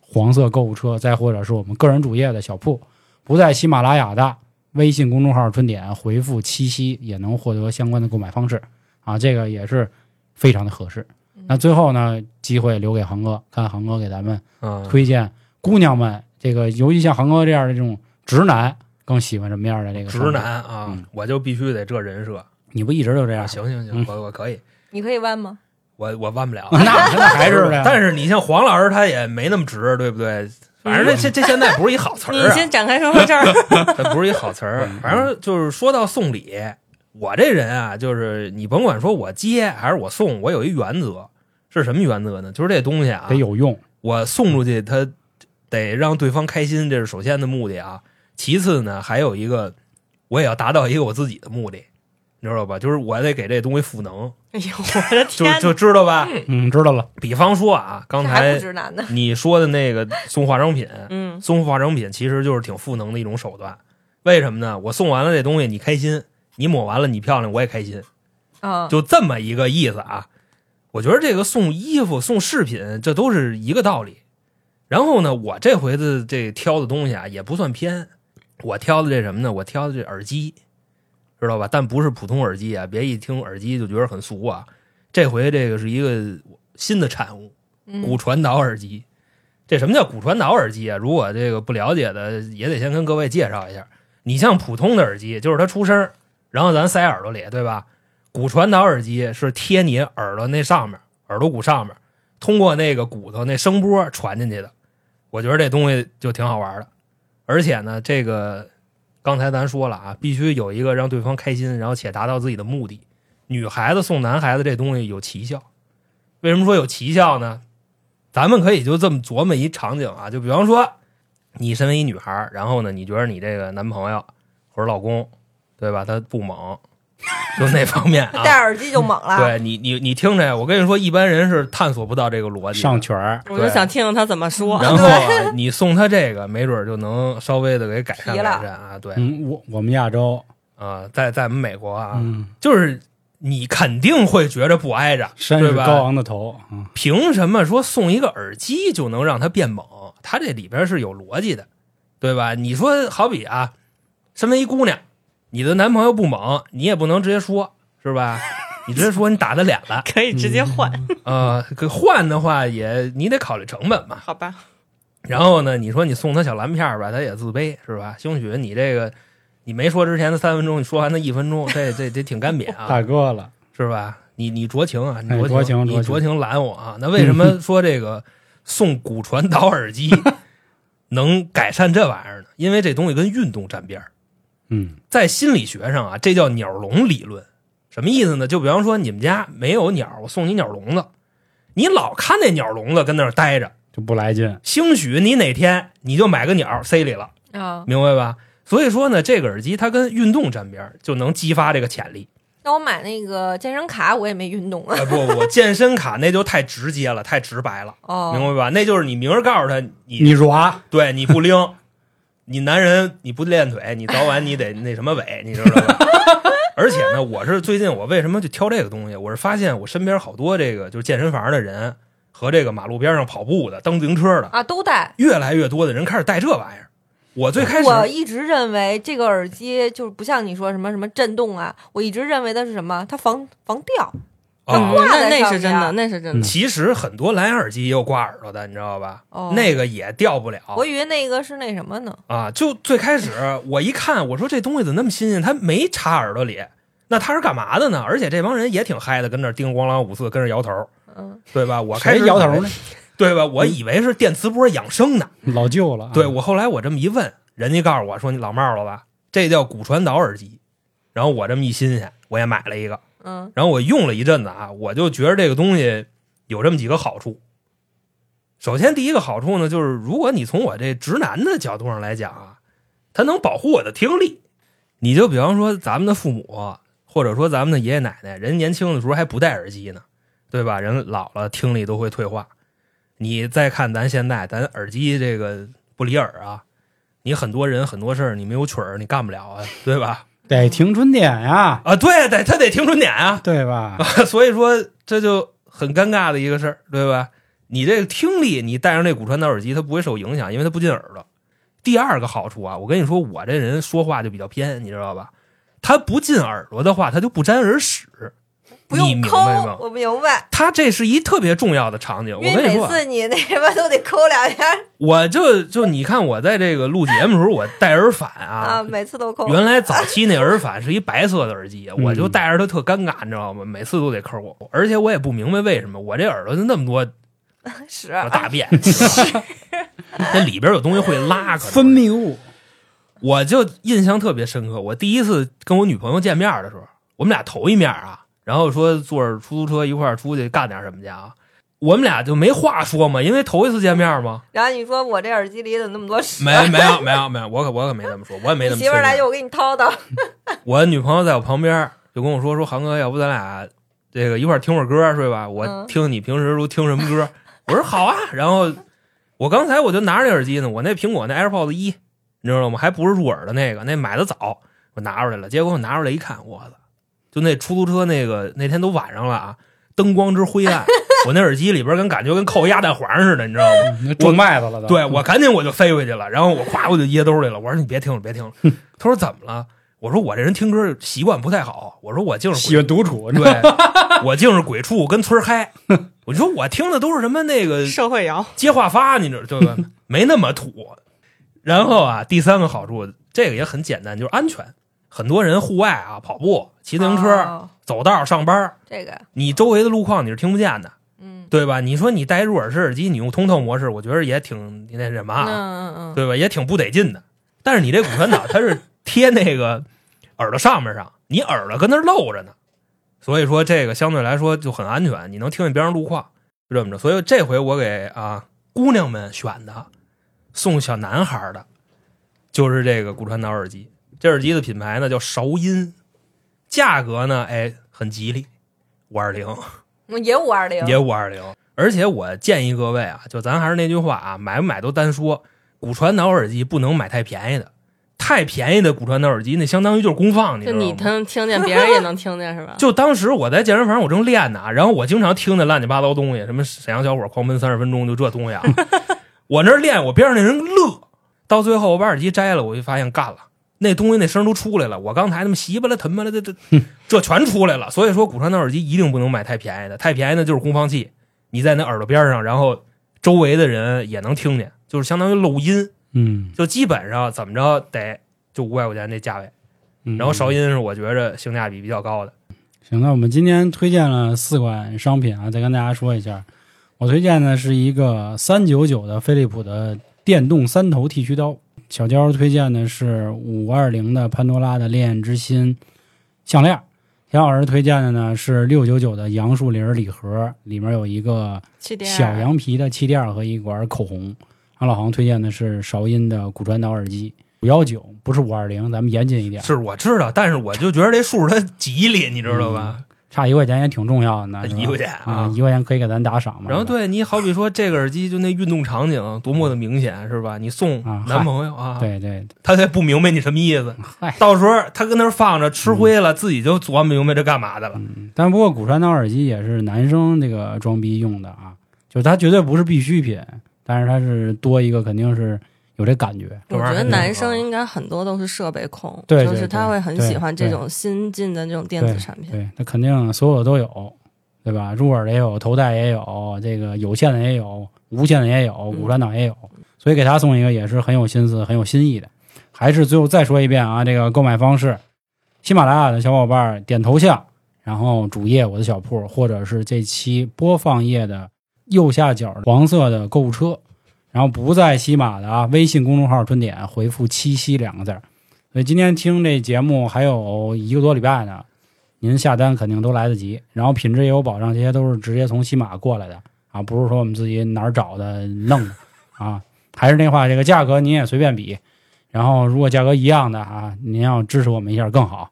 [SPEAKER 2] 黄色购物车，再或者是我们个人主页的小铺，不在喜马拉雅的微信公众号“春点”回复“七夕”也能获得相关的购买方式啊，这个也是非常的合适。那最后呢，机会留给航哥，看航哥给咱们
[SPEAKER 3] 嗯，
[SPEAKER 2] 推荐姑娘们，这个尤其像航哥这样的这种直男，更喜欢什么样的这个
[SPEAKER 3] 直
[SPEAKER 2] 商品
[SPEAKER 3] 男？啊
[SPEAKER 2] 嗯，
[SPEAKER 3] 我就必须得这人设。啊
[SPEAKER 2] 你不一直就这样？
[SPEAKER 3] 行行行
[SPEAKER 2] 嗯，
[SPEAKER 3] 我我可以，
[SPEAKER 4] 你可以弯吗？
[SPEAKER 3] 我我弯不了。
[SPEAKER 2] [LAUGHS] 那那还是的，
[SPEAKER 3] 但是你像黄老师，他也没那么直，对不对？反正这这这现在不是一好词
[SPEAKER 5] 你
[SPEAKER 3] 儿
[SPEAKER 5] 先展开说说这儿。
[SPEAKER 3] 啊，这不是一好词儿。
[SPEAKER 2] 嗯
[SPEAKER 3] 反正就是说到送礼，我这人啊，就是你甭管说我接还是我送，我有一原则，是什么原则呢？就是这东西啊，
[SPEAKER 2] 得有用。
[SPEAKER 3] 我送出去，他得让对方开心，这是首先的目的啊。其次呢，还有一个，我也要达到一个我自己的目的，你知道吧？就是我得给这东西赋能，
[SPEAKER 5] [LAUGHS] 哎呦，我的
[SPEAKER 3] 就
[SPEAKER 5] 天哪！
[SPEAKER 3] 就知道吧？
[SPEAKER 2] 嗯，知道了。
[SPEAKER 3] 比方说啊，刚
[SPEAKER 4] 这还不
[SPEAKER 3] 才
[SPEAKER 4] 直男呢，
[SPEAKER 3] 你说的那个送化妆品，
[SPEAKER 5] 嗯，
[SPEAKER 3] 送化妆品其实就是挺赋能的一种手段。为什么呢？我送完了这东西，你开心；你抹完了，你漂亮，我也开心。
[SPEAKER 4] 啊，
[SPEAKER 3] 就这么一个意思啊。我觉得这个送衣服、送饰品，这都是一个道理。然后呢，我这回的这挑的东西啊，也不算偏。我挑的这什么呢？我挑的这耳机，知道吧？但不是普通耳机啊，别一听耳机就觉得很俗啊。这回这个是一个新的产物，骨
[SPEAKER 4] 嗯，
[SPEAKER 3] 传导耳机。这什么叫骨传导耳机啊？如果这个不了解的，也得先跟各位介绍一下。你像普通的耳机，就是它出声儿，然后咱塞耳朵里，对吧？骨传导耳机是贴你耳朵那上面，耳朵骨上面，通过那个骨头那声波传进去的。我觉得这东西就挺好玩的，而且呢，这个刚才咱说了啊，必须有一个让对方开心，然后且达到自己的目的。女孩子送男孩子这东西有奇效，为什么说有奇效呢？咱们可以就这么琢磨一场景啊，就比方说，你身为一女孩儿，然后呢，你觉得你这个男朋友或者老公，对吧？他不猛，就那方面
[SPEAKER 4] [LAUGHS]
[SPEAKER 3] 啊，
[SPEAKER 4] 戴耳机就猛了，
[SPEAKER 3] 对你，你你听着，我跟你说，一般人是探索不到这个逻辑的。
[SPEAKER 2] 上曲儿，
[SPEAKER 5] 我就想听听他怎么
[SPEAKER 4] 哦
[SPEAKER 5] 说。
[SPEAKER 3] 然后
[SPEAKER 4] [LAUGHS]
[SPEAKER 3] 啊 [LAUGHS] 你送他这个，没准儿就能稍微的给改善
[SPEAKER 4] 提
[SPEAKER 3] 改
[SPEAKER 4] 了
[SPEAKER 2] 嗯
[SPEAKER 3] 善啊。对啊、
[SPEAKER 2] 嗯，我我们亚洲，
[SPEAKER 3] 在在我们美国啊，
[SPEAKER 2] 嗯，
[SPEAKER 3] 就是你肯定会觉着不挨着，
[SPEAKER 2] 山是
[SPEAKER 3] 对吧
[SPEAKER 2] 高昂的头，嗯，
[SPEAKER 3] 凭什么说送一个耳机就能让它变猛？它这里边是有逻辑的，对吧？你说好比啊，身为一姑娘，你的男朋友不猛，你也不能直接说，是吧？你直接说你打他脸了，
[SPEAKER 5] [LAUGHS] 可以直接换，
[SPEAKER 3] 呃，可换的话也你得考虑成本嘛。
[SPEAKER 5] 好吧？
[SPEAKER 3] 然后呢，你说你送他小蓝片儿吧，他也自卑，是吧？兴许你这个你没说之前的三分钟，你说完的一分钟，这这这挺干瘪
[SPEAKER 2] [LAUGHS]
[SPEAKER 3] 啊。
[SPEAKER 2] 大哥了，
[SPEAKER 3] 是吧？你你酌情啊，你
[SPEAKER 2] 哎
[SPEAKER 3] 酌
[SPEAKER 2] 酌情
[SPEAKER 3] 你
[SPEAKER 2] 酌情
[SPEAKER 3] 酌情拦我啊。那为什么说这个送骨传导耳机 [LAUGHS] 能改善这玩意儿呢？因为这东西跟运动沾边儿，
[SPEAKER 2] 嗯，
[SPEAKER 3] 在心理学上啊，这叫鸟笼理论。什么意思呢？就比方说你们家没有鸟，我送你鸟笼子，你老看那鸟笼子跟那儿待着，
[SPEAKER 2] 就不来劲，
[SPEAKER 3] 兴许你哪天你就买个鸟塞里了，
[SPEAKER 4] 啊，
[SPEAKER 3] 明白吧？所以说呢，这个耳机它跟运动沾边儿，就能激发这个潜力。 [LAUGHS]
[SPEAKER 4] 那我买那个健身卡，我也没运动啊。
[SPEAKER 3] 哎，不不，健身卡那就太直接了，太直白了，明白
[SPEAKER 4] 哦，
[SPEAKER 3] 吧？那就是你明儿告诉他，
[SPEAKER 2] 你
[SPEAKER 3] 你
[SPEAKER 2] 软，
[SPEAKER 3] 对你不拎， [LAUGHS] 你男人你不练腿，你早晚你得那什么尾，你知道吧？而且呢，我是最近我为什么就挑这个东西？我是发现我身边好多这个就是健身房的人和这个马路边上跑步的、蹬自行车的，
[SPEAKER 4] 啊，都戴。
[SPEAKER 3] 越来越多的人开始戴这玩意儿。我最开始啊
[SPEAKER 4] 我一直认为这个耳机就是不像你说什么什么震动啊，我一直认为的是什么，它防防掉。
[SPEAKER 5] 嗯
[SPEAKER 3] 啊，
[SPEAKER 5] 那那
[SPEAKER 4] 挂在
[SPEAKER 5] 是真
[SPEAKER 4] 上面
[SPEAKER 5] 的，
[SPEAKER 4] 啊
[SPEAKER 5] 那是真的。
[SPEAKER 3] 其实很多蓝牙耳机也有挂耳朵的，你知道吧？
[SPEAKER 4] 哦，
[SPEAKER 3] 那个也掉不了。
[SPEAKER 4] 我以为那个是那什么呢？
[SPEAKER 3] 啊，就最开始我一看，我说这东西怎么那么新鲜？它没插耳朵里，那它是干嘛的呢？而且这帮人也挺嗨的，跟那儿叮咣啷五四，跟那儿摇头，
[SPEAKER 4] 嗯，
[SPEAKER 3] 对吧？我开
[SPEAKER 2] 谁
[SPEAKER 3] 始
[SPEAKER 2] 摇
[SPEAKER 3] 以
[SPEAKER 2] 头
[SPEAKER 3] 为，
[SPEAKER 2] 呢？
[SPEAKER 3] 对吧？我以为是电磁波养生呢。
[SPEAKER 2] 老舅了啊，
[SPEAKER 3] 对我后来我这么一问，人家告诉我说你老帽了吧，这叫骨传导耳机。然后我这么一新鲜，我也买了一个。
[SPEAKER 4] 嗯，
[SPEAKER 3] 然后我用了一阵子啊，我就觉得这个东西有这么几个好处。首先，第一个好处呢，就是如果你从我这直男的角度上来讲啊，它能保护我的听力。你就比方说咱们的父母，或者说咱们的爷爷奶奶，人年轻的时候还不戴耳机呢，对吧？人老了听力都会退化。你再看咱现在，咱耳机这个不离耳啊，你很多人很多事儿你没有曲儿你干不了啊，对吧？
[SPEAKER 2] 得停春点呀，
[SPEAKER 3] 啊，对，得他得听准点啊，
[SPEAKER 2] 对
[SPEAKER 3] [LAUGHS]
[SPEAKER 2] 吧？
[SPEAKER 3] 所以说这就很尴尬的一个事儿，对吧？你这个听力，你戴上这骨传导耳机，它不会受影响，因为它不进耳朵。第二个好处啊，我跟你说，我这人说话就比较偏，你知道吧？它不进耳朵的话，它就不沾耳屎，
[SPEAKER 4] 不
[SPEAKER 3] 你
[SPEAKER 4] 用
[SPEAKER 3] 明
[SPEAKER 4] 抠
[SPEAKER 3] 白吗，？
[SPEAKER 4] 我明白，
[SPEAKER 3] 它这是一特别重要的场景。我
[SPEAKER 4] 因
[SPEAKER 3] 跟你
[SPEAKER 4] 为每
[SPEAKER 3] 说啊，
[SPEAKER 4] 次你那什么都得抠两下
[SPEAKER 3] 我就就你看我在这个录节目的时候，我戴耳返
[SPEAKER 4] 啊，
[SPEAKER 3] 啊。
[SPEAKER 4] 每次都抠。
[SPEAKER 3] 原来早期那耳返是一白色的耳机，
[SPEAKER 2] 嗯
[SPEAKER 3] 我就戴着它特尴尬，你知道吗？每次都得抠我，而且我也不明白为什么我这耳朵就那么多
[SPEAKER 4] 是
[SPEAKER 3] 啊大
[SPEAKER 4] [LAUGHS]
[SPEAKER 3] 便，那里边有东西会拉，可能
[SPEAKER 2] 分。泌物，
[SPEAKER 3] 我就印象特别深刻，我第一次跟我女朋友见面的时候，我们俩头一面啊，然后说坐着出租车一块儿出去干点什么去啊，我们俩就没话说嘛，因为头一次见面嘛。
[SPEAKER 4] 然后你说我这耳机里怎么那么多屎？
[SPEAKER 3] 没没有没有没有，我可我可没这么说，我也没
[SPEAKER 4] 你
[SPEAKER 3] 这么。
[SPEAKER 4] 媳妇儿来就我给你掏掏。
[SPEAKER 3] 我女朋友在我旁边就跟我说说，韩哥，要不咱俩这个一块儿听会儿歌是吧？我
[SPEAKER 4] 嗯
[SPEAKER 3] 听你平时都听什么歌？我说好啊。然后我刚才我就拿着那耳机呢，我那苹果那 AirPods 一，你知道吗？还不是入耳的那个，那买的早，我拿出来了。结果我拿出来一看，我操，就那出租车那个那天都晚上了啊，灯光之灰暗， [LAUGHS] 我那耳机里边跟感觉跟扣鸭蛋黄似的，你知道吗？
[SPEAKER 2] [LAUGHS] 那种麦子了都，
[SPEAKER 3] 对我赶紧我就飞回去了，然后我咵我就掖兜里了。我说你别听了，别听了。他说怎么了？我说我这人听歌习惯不太好。我说我净是嗯
[SPEAKER 2] 喜
[SPEAKER 3] 鬼
[SPEAKER 2] 欢独处，
[SPEAKER 3] 对，我净是鬼畜跟村儿嗨。我说我听的都是什么那个
[SPEAKER 5] 社会摇，
[SPEAKER 3] 接话发，你知道对吧？没那么土。然后啊，第三个好处，这个也很简单，就是安全。很多人户外啊跑步、骑自行车、
[SPEAKER 4] 哦
[SPEAKER 3] 走道上班，
[SPEAKER 4] 这个，
[SPEAKER 3] 你周围的路况你是听不见的，
[SPEAKER 4] 嗯
[SPEAKER 3] 对吧？你说你戴入耳式耳机，你用通透模式，我觉得也挺那什么
[SPEAKER 4] 嗯
[SPEAKER 3] 啊。
[SPEAKER 4] 嗯嗯，
[SPEAKER 3] 对吧？也挺不得劲的。但是你这骨传导它是贴那个耳朵上面上，你耳朵跟那儿露着呢，所以说这个相对来说就很安全，你能听见边上路况，就这么着。所以这回我给啊姑娘们选的送小男孩的，就是这个骨传导耳机。这耳机的品牌呢叫韶音，价格呢哎很吉利，五二零。
[SPEAKER 4] 嗯也五二零，
[SPEAKER 3] 也五二零。而且我建议各位啊，就咱还是那句话啊，买不买都单说，骨传导耳机不能买太便宜的，太便宜的骨传导耳机，那相当于就是功放，你知
[SPEAKER 5] 就
[SPEAKER 3] 道吗？
[SPEAKER 5] 你能听见，别人也能听见，是
[SPEAKER 4] [LAUGHS]
[SPEAKER 5] 吧？
[SPEAKER 3] 就当时我在健身房，我正练呢，然后我经常听那乱七八糟东西，什么沈阳小伙狂奔三十分钟，就这东西啊。我那儿练，我边上那人乐，到最后我把耳机摘了，我就发现干了，那东西那声都出来了。我刚才他妈稀巴了腾巴了，这这这全出来了。所以说，骨传导耳机一定不能买太便宜的，太便宜的就是功放器，你在那耳朵边上，然后周围的人也能听见，就是相当于漏音，
[SPEAKER 2] 嗯，
[SPEAKER 3] 就基本上怎么着得就五百块钱这价位。
[SPEAKER 2] 嗯
[SPEAKER 3] 然后韶音是我觉着性价比比较高的。
[SPEAKER 2] 行，那我们今天推荐了四款商品啊，再跟大家说一下。我推荐的是一个三九九的飞利浦的电动三头剃须刀，小娇推荐的是五二零的潘多拉的烈焰之心项链，田老师推荐的呢是六九九的杨树林礼盒，里面有一个
[SPEAKER 5] 气垫儿
[SPEAKER 2] 小羊皮的气垫儿和一管口红。然后老黄推荐的是韶音的骨传导耳机五幺九519，不是五二零，咱们严谨一点，
[SPEAKER 3] 是我知道，但是我就觉得这数它吉利，你知道吧？
[SPEAKER 2] 差一块钱也挺重要的呢，是吧
[SPEAKER 3] 呃一块钱
[SPEAKER 2] 啊，一块钱可以给咱打赏嘛。
[SPEAKER 3] 然后
[SPEAKER 2] 是吧
[SPEAKER 3] 对你好比说这个耳机，就那运动场景多么的明显，是吧？你送
[SPEAKER 2] 啊嗨
[SPEAKER 3] 男朋友啊，
[SPEAKER 2] 对对，
[SPEAKER 3] 他才不明白你什么意思。
[SPEAKER 2] 嗨，
[SPEAKER 3] 到时候他跟那儿放着吃灰了，自己就琢磨明白这干嘛的了。
[SPEAKER 2] 但不过骨传导耳机也是男生这个装逼用的啊，就是它绝对不是必需品，但是它是多一个肯定是有这感觉。
[SPEAKER 3] 这
[SPEAKER 5] 我觉
[SPEAKER 3] 玩意
[SPEAKER 5] 得
[SPEAKER 3] 儿
[SPEAKER 5] 男生应该很多都是设备控，
[SPEAKER 2] 对
[SPEAKER 5] 就
[SPEAKER 2] 对
[SPEAKER 5] 是他
[SPEAKER 2] 对
[SPEAKER 5] 会很
[SPEAKER 2] 对
[SPEAKER 5] 喜欢这
[SPEAKER 2] 对
[SPEAKER 5] 种新进的这种电
[SPEAKER 2] 对
[SPEAKER 5] 子产品。
[SPEAKER 2] 对，它肯定所有的都有，对吧？入耳的也有，头戴也有，这个有线的也有，无线的也有，
[SPEAKER 5] 嗯
[SPEAKER 2] 骨传导也有，所以给他送一个也是很有心思、很有新意的。还是最后再说一遍啊，这个购买方式，喜马拉雅的小伙伴儿点头像，然后主页我的小铺，或者是这期播放页的右下角黄色的购物车，然后不在喜马的啊，微信公众号“春点”回复“七夕”两个字儿。所以今天听这节目还有一个多礼拜呢，您下单肯定都来得及，然后品质也有保障，这些都是直接从西马过来的啊，不是说我们自己哪儿找的弄的啊。还是那话，这个价格您也随便比，然后如果价格一样的啊，您要支持我们一下更好。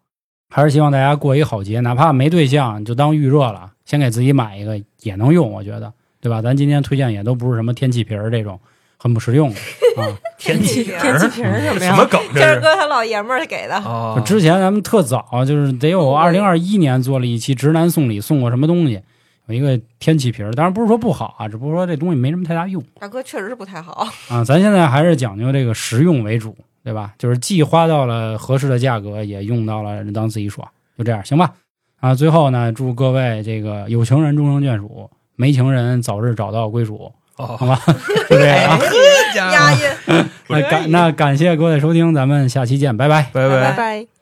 [SPEAKER 2] 还是希望大家过一好节，哪怕没对象，就当预热了，先给自己买一个也能用，我觉得，对吧？咱今天推荐也都不是什么天气瓶儿这种很不实用的啊。
[SPEAKER 3] 天气瓶
[SPEAKER 5] 天气瓶儿什么
[SPEAKER 3] 什
[SPEAKER 5] 呀
[SPEAKER 3] 么？梗
[SPEAKER 4] 这
[SPEAKER 3] 这
[SPEAKER 4] 是
[SPEAKER 3] 是？
[SPEAKER 4] 哥他老爷们儿给的，
[SPEAKER 3] 哦
[SPEAKER 2] 就，啊之前咱们特早，就是得有二零二一年做了一期直男送礼送过什么东西，有一个天气瓶儿，当然不是说不好啊，只不过说这东西没什么太大用
[SPEAKER 4] 大哥确实是不太好。
[SPEAKER 2] 啊。咱现在还是讲究这个实用为主，对吧？就是既花到了合适的价格，也用到了让自己爽，就这样行吧？啊，最后呢，祝各位这个有情人终成眷属，没情人早日找到归属，
[SPEAKER 3] 哦
[SPEAKER 2] 好吧？就这样啊。
[SPEAKER 3] 家伙
[SPEAKER 4] 押韵。
[SPEAKER 2] 那感那感谢各位收听，咱们下期见，拜拜。
[SPEAKER 3] 拜
[SPEAKER 4] 拜
[SPEAKER 3] 拜
[SPEAKER 5] 拜。